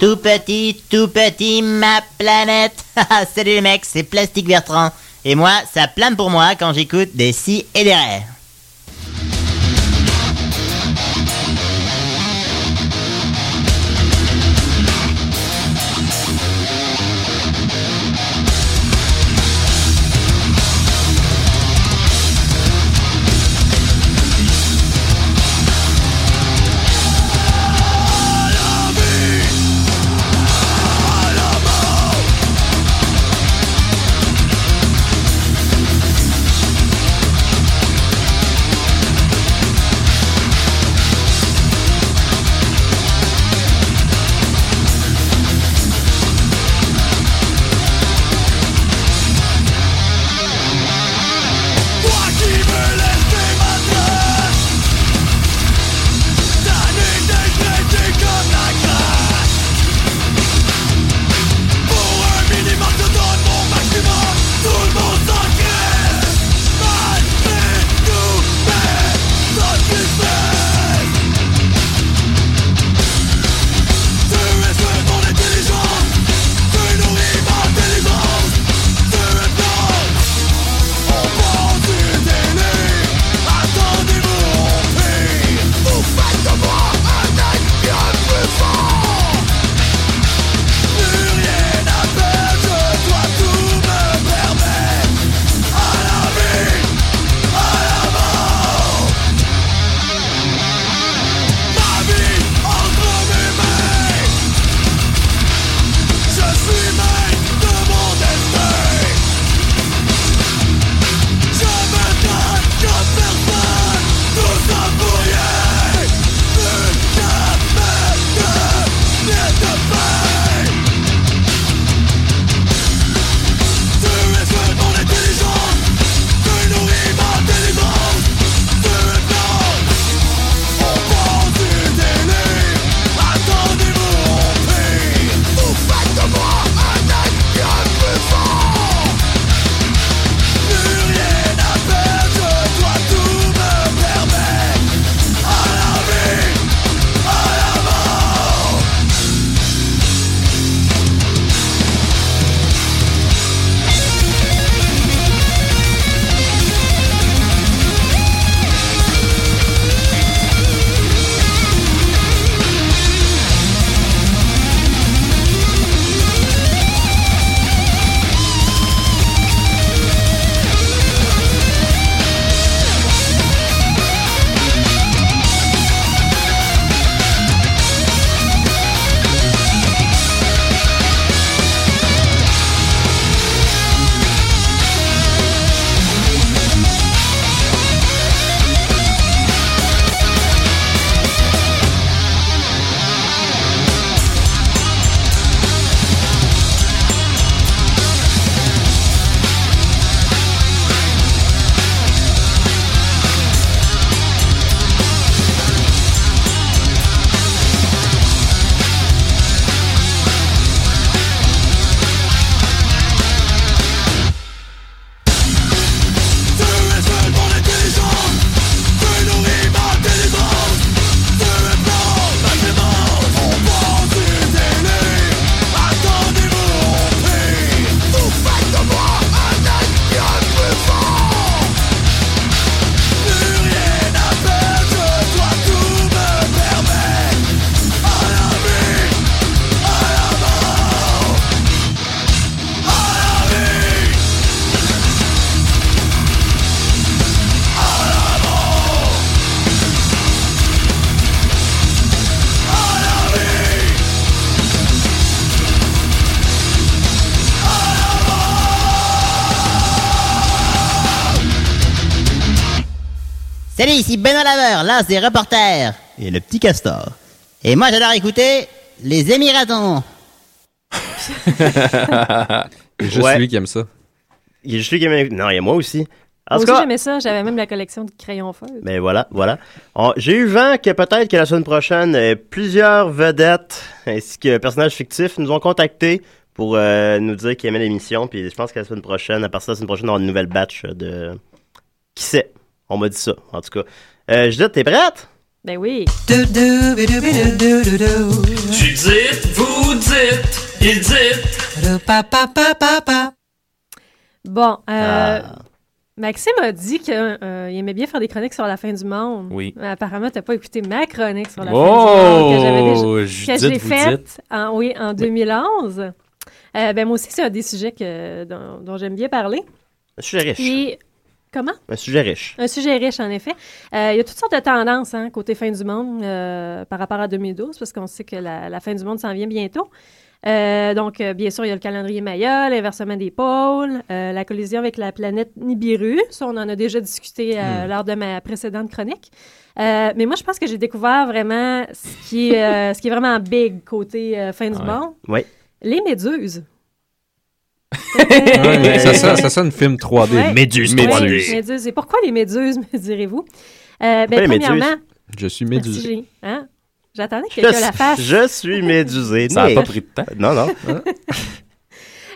[SPEAKER 8] Tout petit, tout petit, ma planète. Haha, Salut les mecs, c'est Plastique Bertrand. Et moi, ça plane pour moi quand j'écoute des si et des raies.
[SPEAKER 3] Alamo.
[SPEAKER 8] Salut, ici Benoît Laveur, l'as des reporters. Et le petit castor. Et moi, j'adore écouter les Émiratons.
[SPEAKER 4] Il y a Juste
[SPEAKER 2] Ouais.
[SPEAKER 4] lui qui aime ça.
[SPEAKER 2] Il y a juste lui qui aime- Non, il y a moi aussi. En
[SPEAKER 5] Moi
[SPEAKER 2] tout
[SPEAKER 5] aussi,
[SPEAKER 2] cas,
[SPEAKER 5] j'aimais ça. J'avais même la collection de crayons feutres.
[SPEAKER 2] mais voilà, voilà. On- J'ai eu vent que peut-être que la semaine prochaine, euh, plusieurs vedettes ainsi que personnages fictifs nous ont contactés pour euh, nous dire qu'ils aimaient l'émission. Puis je pense que la semaine prochaine, à partir de la semaine prochaine, on aura une nouvelle batch euh, de. Qui sait On m'a dit ça, en tout cas. Euh, Judith, t'es prête
[SPEAKER 5] Ben oui.
[SPEAKER 1] Tu dites, vous dites, ils dites.
[SPEAKER 5] Bon, euh,
[SPEAKER 2] Ah.
[SPEAKER 5] Maxime a dit qu'il euh, aimait bien faire des chroniques sur la fin du monde.
[SPEAKER 6] Oui.
[SPEAKER 5] Mais apparemment, t'as pas écouté ma chronique sur la fin du monde que j'avais déjà
[SPEAKER 6] Oh,
[SPEAKER 5] que je l'ai
[SPEAKER 6] Judith, vous dites.
[SPEAKER 5] faite en, oui, en 2011. Euh, ben, moi aussi, c'est un des sujets que, dont, dont j'aime bien parler.
[SPEAKER 2] Un sujet riche.
[SPEAKER 5] Et comment?
[SPEAKER 2] Un sujet riche.
[SPEAKER 5] Un sujet riche, en effet. Euh, il y a toutes sortes de tendances hein, côté fin du monde euh, par rapport à 2012, parce qu'on sait que la, la fin du monde s'en vient bientôt. Euh, donc, euh, bien sûr, il y a le calendrier Maya, l'inversement des pôles, euh, la collision avec la planète Nibiru. Ça, on en a déjà discuté
[SPEAKER 4] Hmm.
[SPEAKER 5] euh, lors de ma précédente chronique. Euh, mais moi, je pense que j'ai découvert vraiment ce qui est, euh, ce qui est vraiment big côté euh, fin du
[SPEAKER 6] Ouais.
[SPEAKER 5] monde.
[SPEAKER 2] Oui.
[SPEAKER 5] Les méduses.
[SPEAKER 4] Ouais, ça, sonne- ça sonne film 3D.
[SPEAKER 5] Ouais.
[SPEAKER 2] Méduse
[SPEAKER 5] Oui,
[SPEAKER 2] 3D.
[SPEAKER 5] les méduses. Et pourquoi les méduses, me direz-vous?
[SPEAKER 2] Pourquoi
[SPEAKER 5] Euh, ben,
[SPEAKER 2] les méduses?
[SPEAKER 5] premièrement,
[SPEAKER 4] Je suis
[SPEAKER 5] Merci,
[SPEAKER 4] médusé.
[SPEAKER 5] j'ai- hein? J'attendais que
[SPEAKER 2] Je,
[SPEAKER 5] quelqu'un la fasse.
[SPEAKER 2] je suis médusé.
[SPEAKER 6] Ça n'a
[SPEAKER 2] Mais-
[SPEAKER 6] pas pris de temps.
[SPEAKER 2] Non, non.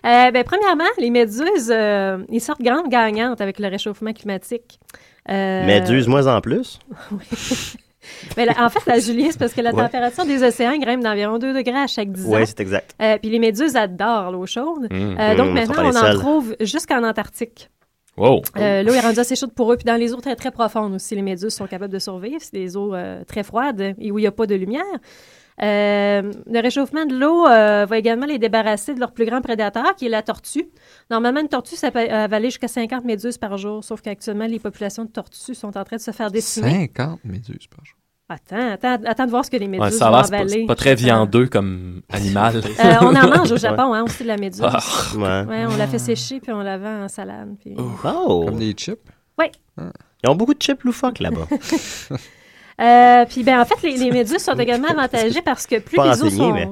[SPEAKER 5] Euh, ben, premièrement, les méduses, euh, ils sortent grandes gagnantes avec le réchauffement climatique. Euh,
[SPEAKER 2] Méduse, moi en plus.
[SPEAKER 5] ben, la- en fait, la Julie, c'est parce que la
[SPEAKER 2] Ouais.
[SPEAKER 5] température des océans grimpe d'environ 2 degrés à chaque 10
[SPEAKER 2] Oui,
[SPEAKER 5] ans.
[SPEAKER 2] c'est exact.
[SPEAKER 5] Euh, Puis les méduses adorent l'eau chaude.
[SPEAKER 6] Mm.
[SPEAKER 5] Euh, donc
[SPEAKER 2] Mm, ça
[SPEAKER 5] maintenant,
[SPEAKER 2] parle
[SPEAKER 5] on
[SPEAKER 2] des
[SPEAKER 5] en
[SPEAKER 2] sels.
[SPEAKER 5] trouve jusqu'en Antarctique.
[SPEAKER 6] Wow.
[SPEAKER 5] Euh, l'eau est rendue assez chaude pour eux. Puis dans les eaux très, très profondes aussi, les méduses sont capables de survivre. C'est des eaux euh, très froides et où il n'y a pas de lumière. Euh, le réchauffement de l'eau euh, va également les débarrasser de leur plus grand prédateur, qui est la tortue. Normalement, une tortue, ça peut avaler jusqu'à 50 méduses par jour, sauf qu'actuellement, les populations de tortues sont en train de se faire décimer.
[SPEAKER 4] 50 méduses par jour.
[SPEAKER 5] Attends, attends, attends de voir ce que les Ah. méduses
[SPEAKER 6] Ouais,
[SPEAKER 5] vont
[SPEAKER 6] ça va, c'est pas,
[SPEAKER 5] avaler.
[SPEAKER 6] c'est pas très viandeux comme animal.
[SPEAKER 5] Euh, on en mange au Japon, hein, aussi de la méduse.
[SPEAKER 6] Ah.
[SPEAKER 2] Ouais.
[SPEAKER 5] Ouais, on la fait sécher, puis on la vend en salade. puis-
[SPEAKER 2] Oh.
[SPEAKER 4] Comme des chips.
[SPEAKER 2] Ils ont beaucoup de chips loufoques là-bas.
[SPEAKER 5] Euh, puis ben en fait les, les méduses sont également avantagées parce que plus
[SPEAKER 2] Pas
[SPEAKER 5] les eaux
[SPEAKER 2] renseigné,
[SPEAKER 5] sont
[SPEAKER 2] mais-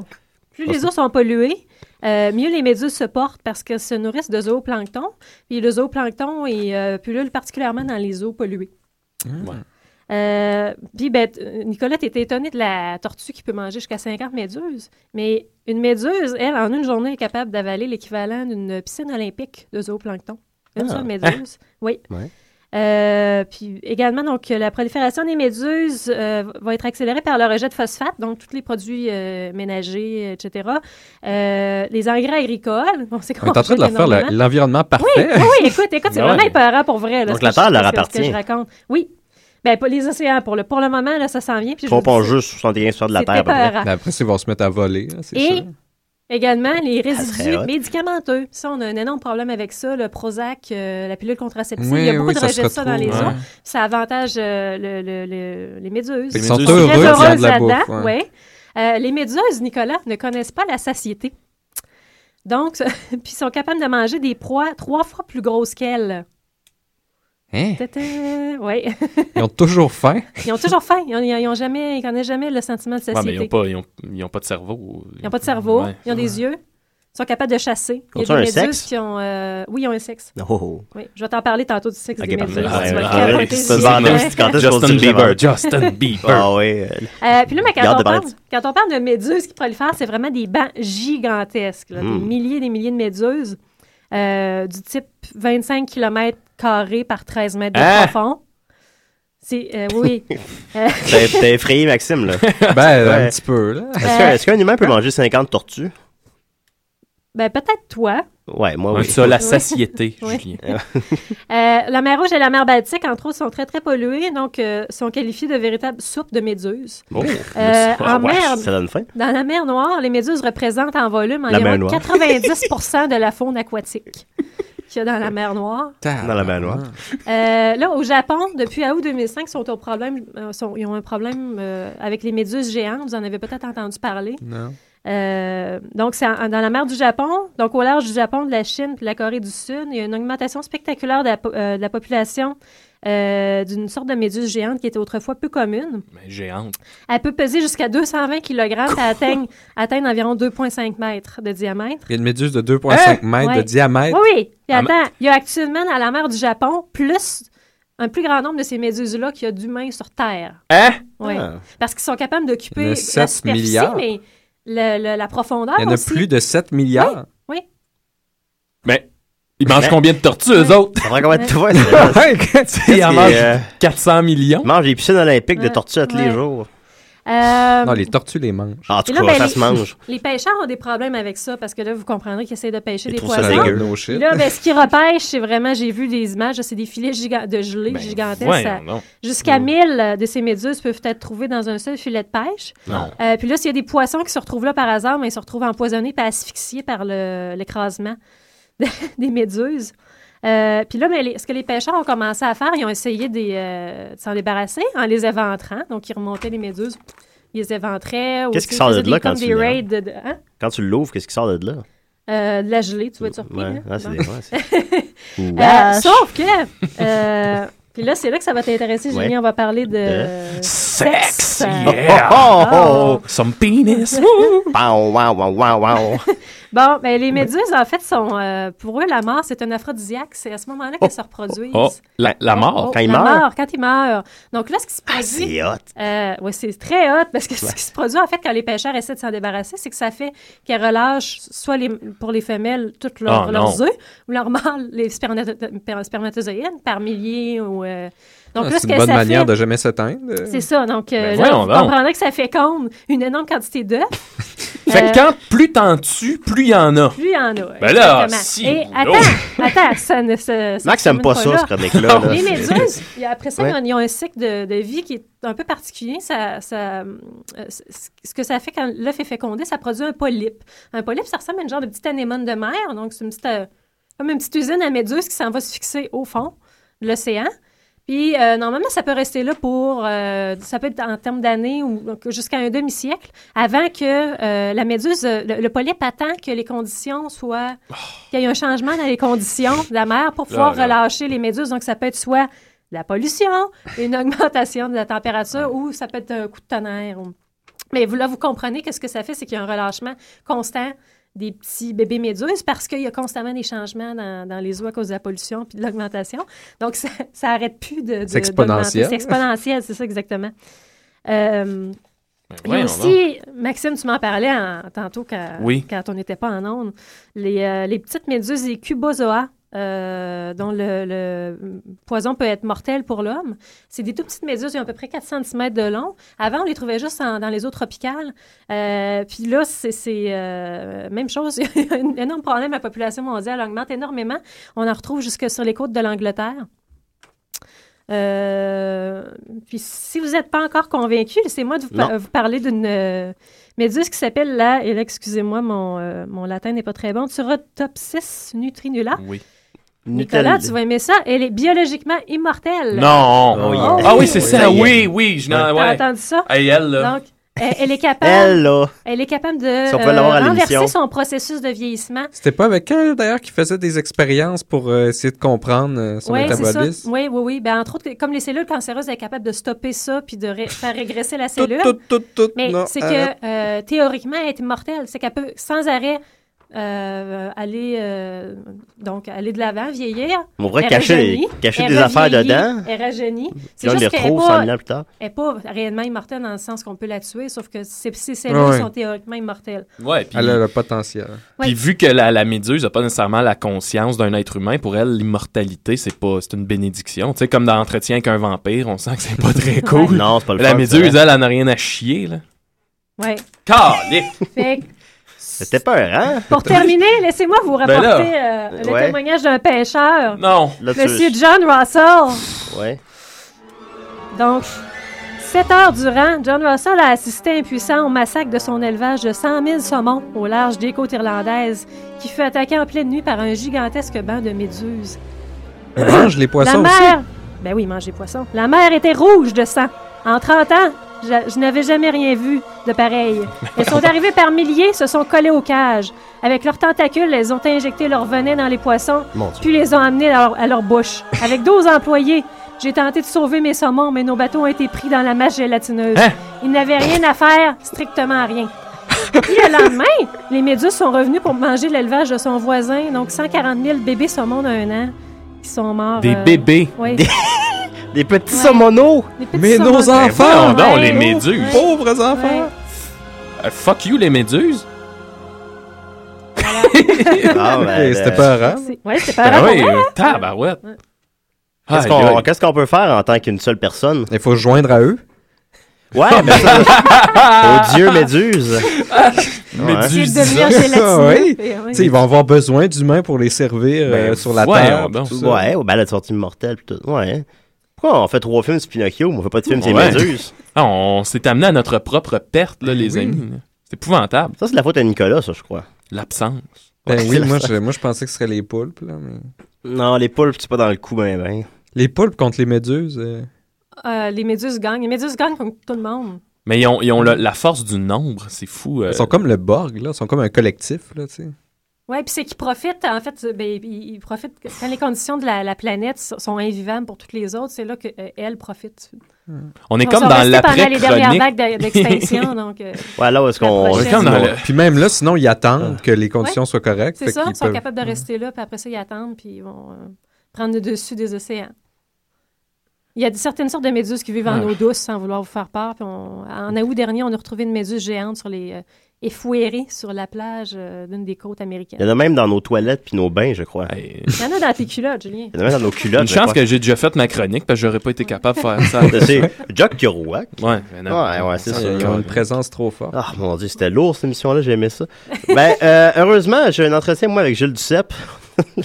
[SPEAKER 5] plus les eaux sont polluées, euh, mieux les méduses se portent parce qu'elles se nourrissent de zooplancton. Puis le zooplancton il euh, pullule particulièrement dans les eaux polluées. Euh, puis ben, t- Nicolette était étonnée de la tortue qui peut manger jusqu'à 50 méduses, mais une méduse, elle, en une journée, est capable d'avaler l'équivalent d'une piscine olympique de zooplancton. Une
[SPEAKER 2] Ah.
[SPEAKER 5] seule méduse, oui.
[SPEAKER 2] Ouais.
[SPEAKER 5] Euh, puis également, donc, la prolifération des méduses euh, va être accélérée par le rejet de phosphate, donc tous les produits euh, ménagers, etc. Euh, les engrais agricoles, on sait qu'on
[SPEAKER 4] On est en train de leur
[SPEAKER 5] rejette
[SPEAKER 4] faire le-
[SPEAKER 5] énormément.
[SPEAKER 4] l'environnement
[SPEAKER 5] Oui,
[SPEAKER 4] parfait.
[SPEAKER 5] oui, oui, écoute, écoute, c'est
[SPEAKER 6] Ben
[SPEAKER 5] vraiment
[SPEAKER 6] ouais.
[SPEAKER 5] épeurant pour vrai. Là,
[SPEAKER 2] Donc,
[SPEAKER 5] ce que
[SPEAKER 2] la
[SPEAKER 5] je-
[SPEAKER 2] Terre leur
[SPEAKER 5] ce que- ce que
[SPEAKER 2] appartient.
[SPEAKER 5] je raconte. Oui. Ben, pas les océans, pour le, pour le moment, là, ça s'en vient. Puis je vous
[SPEAKER 2] Pompons
[SPEAKER 5] dis, c'est-
[SPEAKER 2] juste 75 de la
[SPEAKER 5] c'est
[SPEAKER 2] Terre à peu près.
[SPEAKER 5] épeurant.
[SPEAKER 4] Mais après, ils vont se mettre à voler, hein, c'est
[SPEAKER 5] Et
[SPEAKER 4] sûr.
[SPEAKER 5] également, les
[SPEAKER 2] serait
[SPEAKER 5] résidus
[SPEAKER 2] hot.
[SPEAKER 5] médicamenteux. Ça, on a un énorme problème avec ça. Le Prozac, euh, la pilule contraceptive,
[SPEAKER 4] Oui,
[SPEAKER 5] il y a beaucoup
[SPEAKER 4] oui,
[SPEAKER 5] de
[SPEAKER 4] ça se
[SPEAKER 5] rejets de ça dans les
[SPEAKER 4] retrouve,
[SPEAKER 5] eaux.
[SPEAKER 4] ouais.
[SPEAKER 5] Ça avantage euh, le- le- le- les méduses.
[SPEAKER 4] Ils
[SPEAKER 6] Les
[SPEAKER 4] sont
[SPEAKER 6] méduses
[SPEAKER 4] heureux
[SPEAKER 5] Très
[SPEAKER 4] de faire
[SPEAKER 5] heureuses
[SPEAKER 4] de la
[SPEAKER 5] là-dedans,
[SPEAKER 4] bouffe. ouais.
[SPEAKER 5] ouais. Euh, les méduses, Nicolas, ne connaissent pas la satiété. Donc, puis sont capables de manger des proies trois fois plus grosses qu'elles.
[SPEAKER 4] Hein?
[SPEAKER 5] Tata! Ouais.
[SPEAKER 4] Ils ont toujours faim.
[SPEAKER 5] Ils ont toujours faim. Ils ont, ils ont- ils ont jamais, ils connaissent jamais le sentiment de
[SPEAKER 6] Ouais, mais ils
[SPEAKER 5] satiété.
[SPEAKER 6] n'ont pas, ils ont, ils ont pas de cerveau.
[SPEAKER 5] ils n'ont pas de cerveau.
[SPEAKER 6] Ouais.
[SPEAKER 5] ils ont des yeux. Ils sont capables de chasser. Il y
[SPEAKER 2] Ont-ils
[SPEAKER 5] a
[SPEAKER 2] un
[SPEAKER 5] des méduses
[SPEAKER 2] sexe?
[SPEAKER 5] qui ont. euh, Oui, ils ont un sexe.
[SPEAKER 2] Oh, oh.
[SPEAKER 5] Oui. Je vais t'en parler tantôt du sexe
[SPEAKER 6] Ok,
[SPEAKER 5] des
[SPEAKER 6] parfait.
[SPEAKER 5] méduses.
[SPEAKER 6] Ah,
[SPEAKER 5] Tu vas
[SPEAKER 6] ouais,
[SPEAKER 5] capoter
[SPEAKER 6] ouais,
[SPEAKER 5] sur
[SPEAKER 6] c'est
[SPEAKER 5] le
[SPEAKER 6] ça,
[SPEAKER 5] sujet.
[SPEAKER 2] c'est quand est-ce qu'on dit
[SPEAKER 6] Justin
[SPEAKER 2] le
[SPEAKER 6] Bieber.
[SPEAKER 2] Bieber?
[SPEAKER 6] Justin Bieber.
[SPEAKER 2] Ah oui. euh,
[SPEAKER 5] Euh, puis là, mais
[SPEAKER 2] J'ai hâte
[SPEAKER 5] quand
[SPEAKER 2] de
[SPEAKER 5] on, parle,
[SPEAKER 2] parler.
[SPEAKER 5] quand on parle de méduses qui prolifèrent, c'est vraiment des bancs gigantesques, là, des
[SPEAKER 2] Mm.
[SPEAKER 5] milliers et des milliers de méduses euh, du type 25 km par 13 mètres de
[SPEAKER 6] Hein?
[SPEAKER 5] profond. C'est, euh, oui,
[SPEAKER 2] T'as t'as effrayé Maxime, là. Est-ce
[SPEAKER 4] Ben,
[SPEAKER 2] Ouais.
[SPEAKER 4] un petit peu, là.
[SPEAKER 2] qu'un est-ce qu'un humain peut manger 50 tortues?
[SPEAKER 5] ben, peut-être toi.
[SPEAKER 2] Ouais, moi,
[SPEAKER 6] Ouais,
[SPEAKER 2] oui.
[SPEAKER 6] ça, la
[SPEAKER 5] Oui.
[SPEAKER 6] satiété,
[SPEAKER 5] Oui.
[SPEAKER 6] Julien.
[SPEAKER 5] Euh, la mer Rouge et la mer Baltique, entre autres, sont très, très polluées, donc euh, sont qualifiées de véritables soupes de méduses.
[SPEAKER 2] Oh,
[SPEAKER 5] Euh,
[SPEAKER 6] Ah,
[SPEAKER 5] en
[SPEAKER 6] wesh,
[SPEAKER 5] mer,
[SPEAKER 2] ça donne faim.
[SPEAKER 5] dans la mer Noire, les méduses représentent en volume
[SPEAKER 2] La mer
[SPEAKER 5] environ
[SPEAKER 2] Noire.
[SPEAKER 5] 90 de la faune aquatique qu'il y a dans la mer Noire.
[SPEAKER 2] Dans la manoir.
[SPEAKER 5] Euh, là, au Japon, depuis août 2005, sont au problème, euh, sont- ils ont un problème euh, avec les méduses géantes. Vous en avez peut-être entendu parler.
[SPEAKER 4] Non.
[SPEAKER 5] Euh, donc, c'est en- dans la mer du Japon, donc au large du Japon, de la Chine puis de la Corée du Sud. Il y a une augmentation spectaculaire de la, po- euh, de la population euh, d'une sorte de méduse géante qui était autrefois peu commune.
[SPEAKER 6] Mais géante.
[SPEAKER 5] Elle peut peser jusqu'à 220 kg et atteindre, atteindre environ 2,5 mètres de diamètre.
[SPEAKER 4] Il y a une méduse de 2,5 mètres de
[SPEAKER 5] Ouais.
[SPEAKER 4] diamètre.
[SPEAKER 5] Oui, oui. Puis
[SPEAKER 4] Ah,
[SPEAKER 5] attends, il y a actuellement à la mer du Japon plus un plus grand nombre de ces méduses-là qu'il y a d'humains sur Terre.
[SPEAKER 6] Hein?
[SPEAKER 5] Ouais.
[SPEAKER 2] Ah.
[SPEAKER 5] Parce qu'ils sont capables
[SPEAKER 4] Il y en
[SPEAKER 5] d'occuper
[SPEAKER 4] a
[SPEAKER 5] la
[SPEAKER 4] 7
[SPEAKER 5] superficie,
[SPEAKER 4] milliards.
[SPEAKER 5] mais le- le- la profondeur
[SPEAKER 4] Il y en a
[SPEAKER 5] aussi.
[SPEAKER 4] plus de 7 milliards.
[SPEAKER 5] Oui.
[SPEAKER 6] Mais ils mangent
[SPEAKER 2] Mais-
[SPEAKER 6] combien de tortues, eux autres?
[SPEAKER 2] Ça prend combien de
[SPEAKER 5] Ouais.
[SPEAKER 2] toi?
[SPEAKER 6] Ils en mangent
[SPEAKER 2] euh,
[SPEAKER 6] 400 millions.
[SPEAKER 2] Mange des piscines olympiques de
[SPEAKER 5] Ouais.
[SPEAKER 2] tortues à tous les
[SPEAKER 5] Ouais.
[SPEAKER 2] jours. Ah,
[SPEAKER 5] Euh,
[SPEAKER 4] Non, les tortues les mangent.
[SPEAKER 2] En tout
[SPEAKER 5] Et là,
[SPEAKER 2] cas,
[SPEAKER 5] ben,
[SPEAKER 2] ça
[SPEAKER 5] les-
[SPEAKER 2] se mange.
[SPEAKER 5] Les pêcheurs ont des problèmes avec ça parce que là, vous comprendrez qu'ils essayent de pêcher
[SPEAKER 2] Ils
[SPEAKER 5] des
[SPEAKER 2] trouvent ça
[SPEAKER 5] poissons.
[SPEAKER 2] dégueu.
[SPEAKER 4] No shit.
[SPEAKER 5] Ah, Là, ben, ce qu'ils repêchent, c'est vraiment, j'ai vu des images, c'est des filets giga- de gelée
[SPEAKER 6] Ben,
[SPEAKER 5] gigantesques.
[SPEAKER 6] voyons donc.
[SPEAKER 2] Mm.
[SPEAKER 5] Jusqu'à 1000 euh, de ces méduses peuvent être trouvées dans un seul filet de pêche.
[SPEAKER 6] Non.
[SPEAKER 5] Euh, puis là, s'il y a des poissons qui se retrouvent là par hasard, mais ils se retrouvent empoisonnés et asphyxiés par le- l'écrasement de- des méduses. Euh, puis là, mais les- ce que les pêcheurs ont commencé à faire, ils ont essayé des, euh, de s'en débarrasser en les éventrant. Donc, ils remontaient les méduses, ils les éventraient. ou
[SPEAKER 2] Qu'est-ce qui
[SPEAKER 5] ils
[SPEAKER 2] sort de
[SPEAKER 5] faisaient des-
[SPEAKER 2] là quand
[SPEAKER 5] comme
[SPEAKER 2] tu
[SPEAKER 5] des
[SPEAKER 2] les
[SPEAKER 5] raids de, de- hein?
[SPEAKER 2] Quand tu l'ouvres, qu'est-ce qui sort de là?
[SPEAKER 5] Euh, de la gelée, tu vas être surpris.
[SPEAKER 2] Ouais,
[SPEAKER 5] là.
[SPEAKER 2] ah, c'est
[SPEAKER 5] Bon.
[SPEAKER 2] des ouais, c'est- Ouh.
[SPEAKER 5] Euh, sauf que. euh, puis là, c'est là que ça va t'intéresser,
[SPEAKER 2] Ouais.
[SPEAKER 5] Julien. On va parler de.
[SPEAKER 2] De-
[SPEAKER 5] Sexe! Euh,
[SPEAKER 6] Yeah!
[SPEAKER 2] Oh,
[SPEAKER 5] Oh.
[SPEAKER 2] oh,
[SPEAKER 6] Some penis!
[SPEAKER 2] oh. Pow, wow, wow, wow, wow.
[SPEAKER 5] Bon, ben, les méduses, en fait, sont. euh, pour eux, la mort, c'est un aphrodisiaque. C'est à ce moment-là qu'elles se reproduisent.
[SPEAKER 6] Oh, la, la mort!
[SPEAKER 2] quand ils
[SPEAKER 5] la
[SPEAKER 2] meurent?
[SPEAKER 5] mort, quand ils meurent. Donc là, ce qui se
[SPEAKER 2] Ah,
[SPEAKER 5] produit.
[SPEAKER 2] c'est hot.
[SPEAKER 5] Euh, oui, c'est très hot parce que ce qui se produit, en fait, quand les pêcheurs essaient de s'en débarrasser, c'est que ça fait qu'elles relâchent soit les, pour les femelles toutes leurs,
[SPEAKER 6] Ah,
[SPEAKER 5] leurs
[SPEAKER 6] non.
[SPEAKER 5] œufs ou leurs mâles, les spermato- per- spermatozoïdes par milliers. Ou, euh, Donc
[SPEAKER 4] Ah,
[SPEAKER 5] là, ce
[SPEAKER 4] c'est une
[SPEAKER 5] que
[SPEAKER 4] bonne
[SPEAKER 5] ça
[SPEAKER 4] manière
[SPEAKER 5] fait,
[SPEAKER 4] de jamais s'éteindre.
[SPEAKER 5] c'est ça. Donc euh,
[SPEAKER 6] Ben
[SPEAKER 5] là,
[SPEAKER 6] voyons
[SPEAKER 5] vous
[SPEAKER 6] donc.
[SPEAKER 5] comprendrez que ça féconde une énorme quantité d'œufs.
[SPEAKER 6] Fait
[SPEAKER 5] Euh,
[SPEAKER 6] que quand plus t'en tues, plus il y en a.
[SPEAKER 5] Plus il y en a.
[SPEAKER 6] Ben là,
[SPEAKER 5] exactement.
[SPEAKER 6] si,
[SPEAKER 5] Et
[SPEAKER 6] non.
[SPEAKER 5] attends, attends, ça ne se.
[SPEAKER 2] Max aime pas ça,
[SPEAKER 5] là.
[SPEAKER 2] ce chronique-là. là.
[SPEAKER 5] Les méduses, il y a- après ça,
[SPEAKER 2] Ouais.
[SPEAKER 5] ils ont- ils ont un cycle de, de vie qui est un peu particulier. Ça, ça, euh, c- c- ce que ça fait quand l'œuf est fécondé, ça produit un polype. Un polype, ça ressemble à une genre de petite anémone de mer. Donc, c'est une petite, euh, comme une petite usine à méduses qui s'en va se fixer au fond de l'océan. Puis, euh, normalement, ça peut rester là pour, euh, ça peut être en termes d'années ou donc, jusqu'à un demi-siècle, avant que euh, la méduse, euh, le, le polype attend que les conditions soient, qu'il y ait un changement dans les conditions de la mer pour pouvoir
[SPEAKER 6] Oh. là.
[SPEAKER 5] relâcher les méduses. Donc, ça peut être soit de la pollution, une augmentation de la température ou ça peut être un coup de tonnerre. ou- Mais vous, là, vous comprenez que ce que ça fait, c'est qu'il y a un relâchement constant des petits bébés méduses parce qu'il y a constamment des changements dans, dans les eaux à cause de la pollution puis de l'augmentation. Donc, ça n'arrête plus de... de-
[SPEAKER 4] C'est exponentiel.
[SPEAKER 5] d'augmenter. C'est exponentiel, c'est ça exactement. Euh,
[SPEAKER 6] Ben
[SPEAKER 5] il y a
[SPEAKER 6] voyons donc.
[SPEAKER 5] aussi, Maxime, tu m'en parlais en- tantôt quand,
[SPEAKER 6] Oui.
[SPEAKER 5] quand on n'était pas en onde, les, euh, les petites méduses, les cubozoa, euh, dont le, le poison peut être mortel pour l'homme. C'est des toutes petites méduses, ils ont à peu près 4 cm de long. Avant, on les trouvait juste en- dans les eaux tropicales. Euh, puis là, c'est c'est, euh, même chose. Il y a un énorme problème. La population mondiale augmente énormément. On en retrouve jusque sur les côtes de l'Angleterre. Euh, puis si vous n'êtes pas encore convaincu, laissez-moi de vous, par- vous parler d'une euh, méduse qui s'appelle la, et là, excusez-moi, mon, euh, mon latin n'est pas très bon, Turotopsis nutrinula.
[SPEAKER 6] Oui.
[SPEAKER 5] Nicolas, tu vas aimer ça. Elle est biologiquement immortelle.
[SPEAKER 6] Non!
[SPEAKER 2] Oh,
[SPEAKER 5] yeah.
[SPEAKER 6] Ah oui, c'est
[SPEAKER 2] Oui.
[SPEAKER 6] ça! Oui, oui! Je n'en.
[SPEAKER 5] T'as
[SPEAKER 6] Ouais. Euh.
[SPEAKER 5] entendu ça?
[SPEAKER 6] Hey, elle, là.
[SPEAKER 5] Donc, elle, elle est capable,
[SPEAKER 2] Elle, là.
[SPEAKER 5] elle est capable de euh,
[SPEAKER 2] Si on peut l'avoir à
[SPEAKER 5] renverser
[SPEAKER 2] l'émission.
[SPEAKER 5] son processus de vieillissement.
[SPEAKER 4] C'était pas avec elle, d'ailleurs, qui faisait des expériences pour euh, essayer de comprendre euh, son
[SPEAKER 5] Oui, c'est ça.
[SPEAKER 4] métabolisme?
[SPEAKER 5] Oui, oui, oui. Ben, entre autres, comme les cellules cancéreuses, elle est capable de stopper ça puis de ré- faire régresser la
[SPEAKER 4] Tout,
[SPEAKER 5] cellule.
[SPEAKER 4] tout, tout, tout.
[SPEAKER 5] Mais
[SPEAKER 4] non,
[SPEAKER 5] c'est
[SPEAKER 4] arrête.
[SPEAKER 5] que euh, théoriquement, elle est immortelle. C'est qu'elle peut sans arrêt euh, aller, euh, donc, aller de l'avant, vieillir.
[SPEAKER 2] On pourrait
[SPEAKER 5] Elle
[SPEAKER 2] cacher,
[SPEAKER 5] rajeunit,
[SPEAKER 2] cacher
[SPEAKER 5] elle
[SPEAKER 2] des affaires
[SPEAKER 5] revieillit,
[SPEAKER 2] dedans.
[SPEAKER 5] Elle rajeunit. C'est
[SPEAKER 2] Puis on les
[SPEAKER 5] juste qu'elle n'est
[SPEAKER 2] retrouve 100 000
[SPEAKER 5] pas,
[SPEAKER 2] ans plus tard.
[SPEAKER 5] elle est pas réellement immortelle dans le sens qu'on peut la tuer, sauf que ses, ses cellules
[SPEAKER 4] Ouais.
[SPEAKER 5] sont théoriquement immortelles.
[SPEAKER 6] Ouais, puis-
[SPEAKER 4] Elle a le potentiel.
[SPEAKER 5] Oui.
[SPEAKER 6] Puis vu que la, la méduse n'a pas nécessairement la conscience d'un être humain, pour elle, l'immortalité, c'est pas c'est une bénédiction. Tu sais, comme dans Entretien avec un vampire, on sent que c'est pas très cool.
[SPEAKER 2] Non, c'est pas le
[SPEAKER 6] la
[SPEAKER 2] fun, c'est
[SPEAKER 6] méduse, hein.
[SPEAKER 2] vrai.
[SPEAKER 6] elle, elle n'a rien à chier, là.
[SPEAKER 5] Ouais.
[SPEAKER 6] Calé!
[SPEAKER 5] Fait que,
[SPEAKER 2] C'était peur, hein?
[SPEAKER 5] pour terminer, laissez-moi vous
[SPEAKER 6] Ben là,
[SPEAKER 5] rapporter euh, le
[SPEAKER 2] ouais.
[SPEAKER 5] témoignage d'un pêcheur,
[SPEAKER 6] Non!
[SPEAKER 2] Là, tu-
[SPEAKER 5] Monsieur John Russell.
[SPEAKER 2] Ouais.
[SPEAKER 5] Donc, sept heures durant, John Russell a assisté impuissant au massacre de son élevage de 100 000 saumons au large des côtes irlandaises, qui fut attaqué en pleine nuit par un gigantesque banc de méduses.
[SPEAKER 4] Elle mange les
[SPEAKER 5] La
[SPEAKER 4] poissons aussi.
[SPEAKER 5] mer... Ben oui, mangez poisson. La mer était rouge de sang. En 30 ans, je, je n'avais jamais rien vu de pareil. Elles sont arrivées par milliers, se sont collées aux cages. Avec leurs tentacules, elles ont injecté leur venin dans les poissons,
[SPEAKER 2] Mon Dieu.
[SPEAKER 5] puis les ont amenés à leur, à leur bouche. Avec 12 employés, J'ai tenté de sauver mes saumons, mais nos bateaux ont été pris dans la masse gélatineuse.
[SPEAKER 6] Hein?
[SPEAKER 5] Ils n'avaient rien à faire, strictement rien. Puis le lendemain, les méduses sont revenues pour manger l'élevage de son voisin, donc 140 000 bébés saumons d'un an qui sont morts.
[SPEAKER 6] Des
[SPEAKER 5] euh,
[SPEAKER 6] bébés.
[SPEAKER 5] Oui,
[SPEAKER 2] Des- Des petits
[SPEAKER 5] Ouais.
[SPEAKER 2] saumonos!
[SPEAKER 5] des petits
[SPEAKER 4] Mais nos
[SPEAKER 5] saumons.
[SPEAKER 4] enfants!
[SPEAKER 6] voyons donc, les
[SPEAKER 5] Ouais.
[SPEAKER 6] méduses.
[SPEAKER 5] Ouais.
[SPEAKER 4] Pauvres
[SPEAKER 5] Ouais.
[SPEAKER 4] enfants!
[SPEAKER 6] Euh, fuck you, les méduses.
[SPEAKER 2] Ah,
[SPEAKER 4] Ok,
[SPEAKER 2] ben,
[SPEAKER 4] c'était
[SPEAKER 2] euh,
[SPEAKER 4] pas rare.
[SPEAKER 5] C'est- Ouais, c'était pas
[SPEAKER 6] Ah
[SPEAKER 5] grave.
[SPEAKER 6] oui, euh, tabarouette.
[SPEAKER 5] Ouais.
[SPEAKER 2] Qu'est-ce
[SPEAKER 6] Aïe,
[SPEAKER 2] qu'on
[SPEAKER 6] aïe.
[SPEAKER 2] qu'est-ce qu'on peut faire en tant qu'une seule personne?
[SPEAKER 4] Il faut se joindre à eux.
[SPEAKER 6] Ah,
[SPEAKER 2] Ouais, ben ça- Odieux Méduse!
[SPEAKER 6] Méduse.
[SPEAKER 5] J'ai devenu un
[SPEAKER 4] Oui.
[SPEAKER 5] gélatineux. Et, ouais.
[SPEAKER 4] Tu sais, ils vont avoir besoin d'humains pour les servir euh,
[SPEAKER 6] Ben,
[SPEAKER 4] sur la
[SPEAKER 6] voyons
[SPEAKER 4] terre.
[SPEAKER 6] donc.
[SPEAKER 4] tout ça.
[SPEAKER 2] Ouais, ou ben la sortie immortelle, pis tout. Ouais. hein. Pourquoi on fait trois films sur Pinocchio, mais on fait pas de films sur
[SPEAKER 6] Ouais.
[SPEAKER 2] les Méduses?
[SPEAKER 6] Ah, on s'est amené à notre propre perte, là, les amis. là. C'est épouvantable.
[SPEAKER 2] Ça, c'est de la faute à Nicolas, ça, je crois.
[SPEAKER 6] L'absence.
[SPEAKER 4] Ben
[SPEAKER 2] Ouais,
[SPEAKER 4] oui,
[SPEAKER 2] c'est
[SPEAKER 4] moi
[SPEAKER 2] la-
[SPEAKER 4] je, moi je pensais que ce serait les poulpes. Là, mais...
[SPEAKER 2] Non, les poules, c'est pas dans le coup, ben, ben.
[SPEAKER 4] Les poulpes contre les méduses. euh,
[SPEAKER 5] Euh, les méduses gagnent. Les méduses gagnent comme tout le monde.
[SPEAKER 6] Mais ils ont, ils ont le- la force du nombre, c'est fou. euh.
[SPEAKER 4] Ils sont comme le Borg, là. Ils sont comme un collectif, là, tu sais.
[SPEAKER 5] Oui, puis c'est qu'ils profitent, en fait, euh, ben, ils ils profitent que- quand les conditions de la, la planète so- sont invivables pour toutes les autres, c'est là qu'elles profitent.
[SPEAKER 6] On est
[SPEAKER 5] Ils
[SPEAKER 6] comme
[SPEAKER 5] sont
[SPEAKER 6] dans
[SPEAKER 5] restés pendant les dernières
[SPEAKER 6] l'après-chronique.
[SPEAKER 5] vagues de- d'extinction, donc euh,
[SPEAKER 2] Ouais, là où est-ce
[SPEAKER 5] La
[SPEAKER 2] qu'on.
[SPEAKER 6] On
[SPEAKER 5] prochaine.
[SPEAKER 6] est comme dans
[SPEAKER 4] Bon,
[SPEAKER 6] le...
[SPEAKER 4] Puis même Ah, là, Ah. sinon, ils attendent que les conditions soient correctes.
[SPEAKER 5] c'est
[SPEAKER 4] fait
[SPEAKER 5] ça,
[SPEAKER 4] qu'ils
[SPEAKER 5] ils sont
[SPEAKER 4] peuvent-
[SPEAKER 5] capables de rester là, puis après ça, ils attendent, puis ils vont euh, prendre le dessus des océans. Il y a des- certaines sortes de méduses qui vivent en
[SPEAKER 6] Ah.
[SPEAKER 5] eau douce sans vouloir vous faire peur. puis on- en août dernier, on a retrouvé une méduse géante sur les euh, effouérée sur la plage euh, d'une des côtes
[SPEAKER 2] Il y
[SPEAKER 5] américaines.
[SPEAKER 2] en a même dans nos toilettes puis nos bains, je crois.
[SPEAKER 6] Hey,
[SPEAKER 5] Il y en a dans tes culottes, Julien.
[SPEAKER 2] Il y en a même dans nos culottes.
[SPEAKER 6] Une
[SPEAKER 2] je
[SPEAKER 6] chance
[SPEAKER 2] crois.
[SPEAKER 6] que j'ai déjà fait ma chronique, parce que j'aurais pas été capable de faire ça.
[SPEAKER 2] C'est Jock Kerouac.
[SPEAKER 6] Ouais, mais non.
[SPEAKER 2] Ah, Ouais, ouais, c'est
[SPEAKER 4] Ils
[SPEAKER 2] ça.
[SPEAKER 4] ont- Ils ont une présence trop forte.
[SPEAKER 2] Ah mon dieu, c'était lourd cette émission-là, j'ai aimé ça. Ben, euh, heureusement, j'ai un entretien moi avec Gilles Duceppe.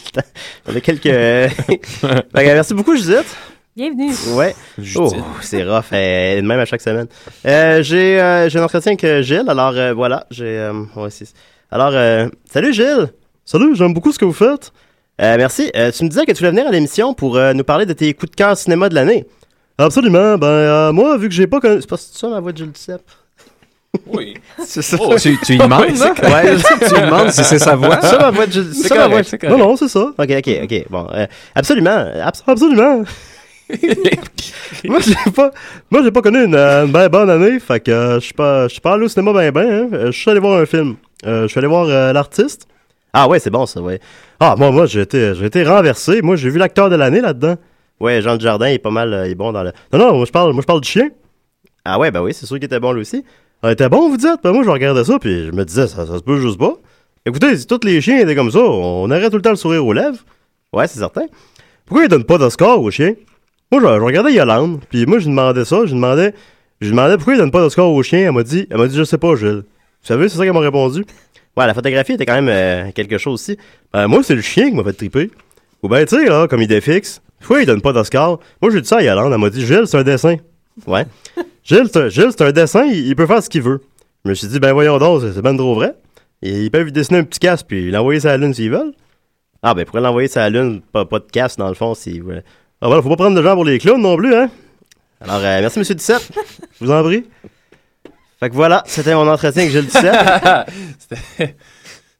[SPEAKER 2] On a quelques. Fait que, merci beaucoup, Judith.
[SPEAKER 5] Bienvenue.
[SPEAKER 2] Ouais. Oh,
[SPEAKER 6] Judith.
[SPEAKER 2] c'est rough, euh, même à chaque semaine. Euh, j'ai euh, j'ai un entretien avec euh, Gilles, alors euh, voilà, j'ai euh, ouais, c'est- Alors euh, salut Gilles. Salut, j'aime beaucoup ce que vous faites. Euh, merci. Euh, tu me disais que tu voulais venir à l'émission pour euh, nous parler de tes coups de cœur cinéma de l'année. Absolument. Ben euh, moi, vu que j'ai pas connu, c'est pas ça ma voix de Gilles Duceppe.
[SPEAKER 6] Oui.
[SPEAKER 2] C'est ça.
[SPEAKER 6] Oh, tu, tu y demandes, là?
[SPEAKER 2] Ouais, c'est
[SPEAKER 4] tu me demandes si c'est sa voix.
[SPEAKER 2] ça ma voix de Gilles-
[SPEAKER 6] C'est
[SPEAKER 2] ça, ma
[SPEAKER 6] correct,
[SPEAKER 2] voix-
[SPEAKER 6] c'est correct.
[SPEAKER 2] Non non, c'est ça. OK, OK, OK. Bon, euh, absolument. abs- absolument. moi j'ai pas moi j'ai pas connu une, euh, une ben bonne année fait que euh, je suis pas je suis pas allé au cinéma ben ben hein. Euh, je suis allé voir un film Euh, je suis allé voir euh, l'artiste ah ouais c'est bon ça ouais ah moi moi j'ai été j'ai été renversé moi j'ai vu l'acteur de l'année là dedans ouais Jean Dujardin il est pas mal euh, il est bon dans le non non moi je parle moi je parle du chien ah ouais ben oui c'est sûr qu'il était bon lui aussi ah, il était bon vous dites ben moi je regardais ça puis je me disais ça, ça se peut juste pas écoutez si tous les chiens étaient comme ça on aurait tout le temps le sourire aux lèvres ouais c'est certain pourquoi ils donnent pas de score aux chiens moi, je, je regardais Yolande, puis moi, je lui demandais ça, je lui demandais, je lui demandais pourquoi il donne pas de score au chien. Elle m'a dit, elle m'a dit, je sais pas, Gilles. Vous savez, c'est ça qu'elle m'a répondu. Ouais, la photographie était quand même euh, quelque chose aussi. Ben, moi, c'est le chien qui m'a fait triper. Ou ben, tu sais, là, comme idée fixe, pourquoi il donne pas d'Oscar? Moi, j'ai dit ça à Yolande, elle m'a dit, Gilles, c'est un dessin. Ouais. Gilles, c'est un, Gilles, c'est un dessin, il, il peut faire ce qu'il veut. Je me suis dit, ben, voyons donc, c'est c'est ben trop vrai. Ils peuvent lui dessiner un petit casque, puis l'envoyer sur la lune s'ils veulent. Ah, ben, pourquoi l'envoyer sur la lune? Pas, pas de casque, dans le fond, s'ils veulent. Ah voilà, faut pas prendre de gens pour les clowns non plus, hein? Alors, euh, merci, Monsieur Duceppe. Je vous en prie. Fait que voilà, c'était mon entretien avec Gilles Duceppe.
[SPEAKER 6] C'était-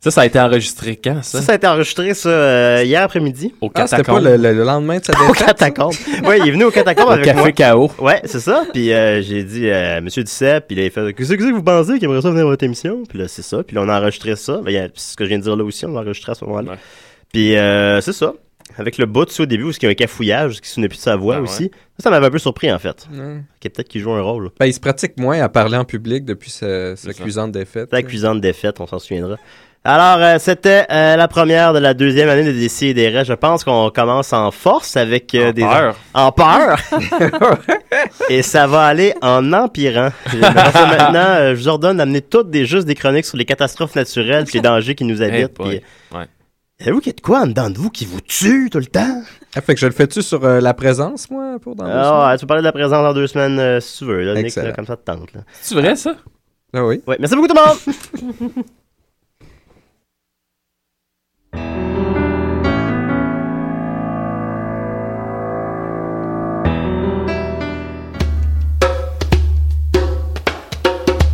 [SPEAKER 6] ça, ça a été enregistré quand, ça?
[SPEAKER 2] Ça, ça a été enregistré, ça, euh, hier après-midi.
[SPEAKER 6] Au
[SPEAKER 4] Ah, c'était
[SPEAKER 6] catacombe.
[SPEAKER 4] pas le, le- le lendemain de sa
[SPEAKER 2] Au
[SPEAKER 4] défaite?
[SPEAKER 2] catacombe. Ouais, il est venu au catacombe
[SPEAKER 6] Au
[SPEAKER 2] avec
[SPEAKER 6] café
[SPEAKER 2] moi.
[SPEAKER 6] KO.
[SPEAKER 2] Ouais, c'est ça. Puis euh, j'ai dit, euh, Monsieur Duceppe, puis il a fait, qu'est-ce que c'est que vous pensez qu'il aimerait ça venir à votre émission? Puis là, c'est ça. Puis là, on a enregistré ça. Ben, il y a- c'est ce que je viens de dire là aussi, on l'a enregistré à ce moment-là.
[SPEAKER 6] Ouais.
[SPEAKER 2] Puis euh, c'est ça. Avec le bout, tu sais, au début, où il y a un cafouillage, qui se souvenait plus de sa voix
[SPEAKER 6] Ah ouais.
[SPEAKER 2] aussi. Ça, ça m'avait un peu surpris, en fait.
[SPEAKER 4] Ouais.
[SPEAKER 2] Ok, peut-être qu'il joue un rôle.
[SPEAKER 4] Ben, ils se pratiquent moins à parler en public depuis sa, sa
[SPEAKER 6] C'est ça.
[SPEAKER 4] cuisante défaite.
[SPEAKER 2] La cuisante défaite, on s'en souviendra. Alors, euh, c'était euh, la première de la deuxième année de DC et des Rêves. Je pense qu'on commence en force avec euh,
[SPEAKER 6] En
[SPEAKER 2] des...
[SPEAKER 6] peur.
[SPEAKER 2] En peur. et ça va aller en empirant. Je- Maintenant, euh, je vous ordonne d'amener toutes des juste des chroniques sur les catastrophes naturelles puis les dangers qui nous habitent.
[SPEAKER 6] Eh boy.
[SPEAKER 2] puis-
[SPEAKER 6] Ouais.
[SPEAKER 2] Savez-vous qu'il y a de quoi en dedans de vous qui vous tue tout le temps?
[SPEAKER 4] Ah, fait que je le fais-tu sur euh, la présence, moi, pour dans deux
[SPEAKER 2] Ah, tu peux parler de la présence dans deux semaines euh, si tu veux. Là, Nick,
[SPEAKER 4] Excellent.
[SPEAKER 2] là, comme ça te tente. là.
[SPEAKER 6] C'est vrai, ça?
[SPEAKER 4] semaines? Ah oui.
[SPEAKER 2] Ouais, merci beaucoup tout le monde!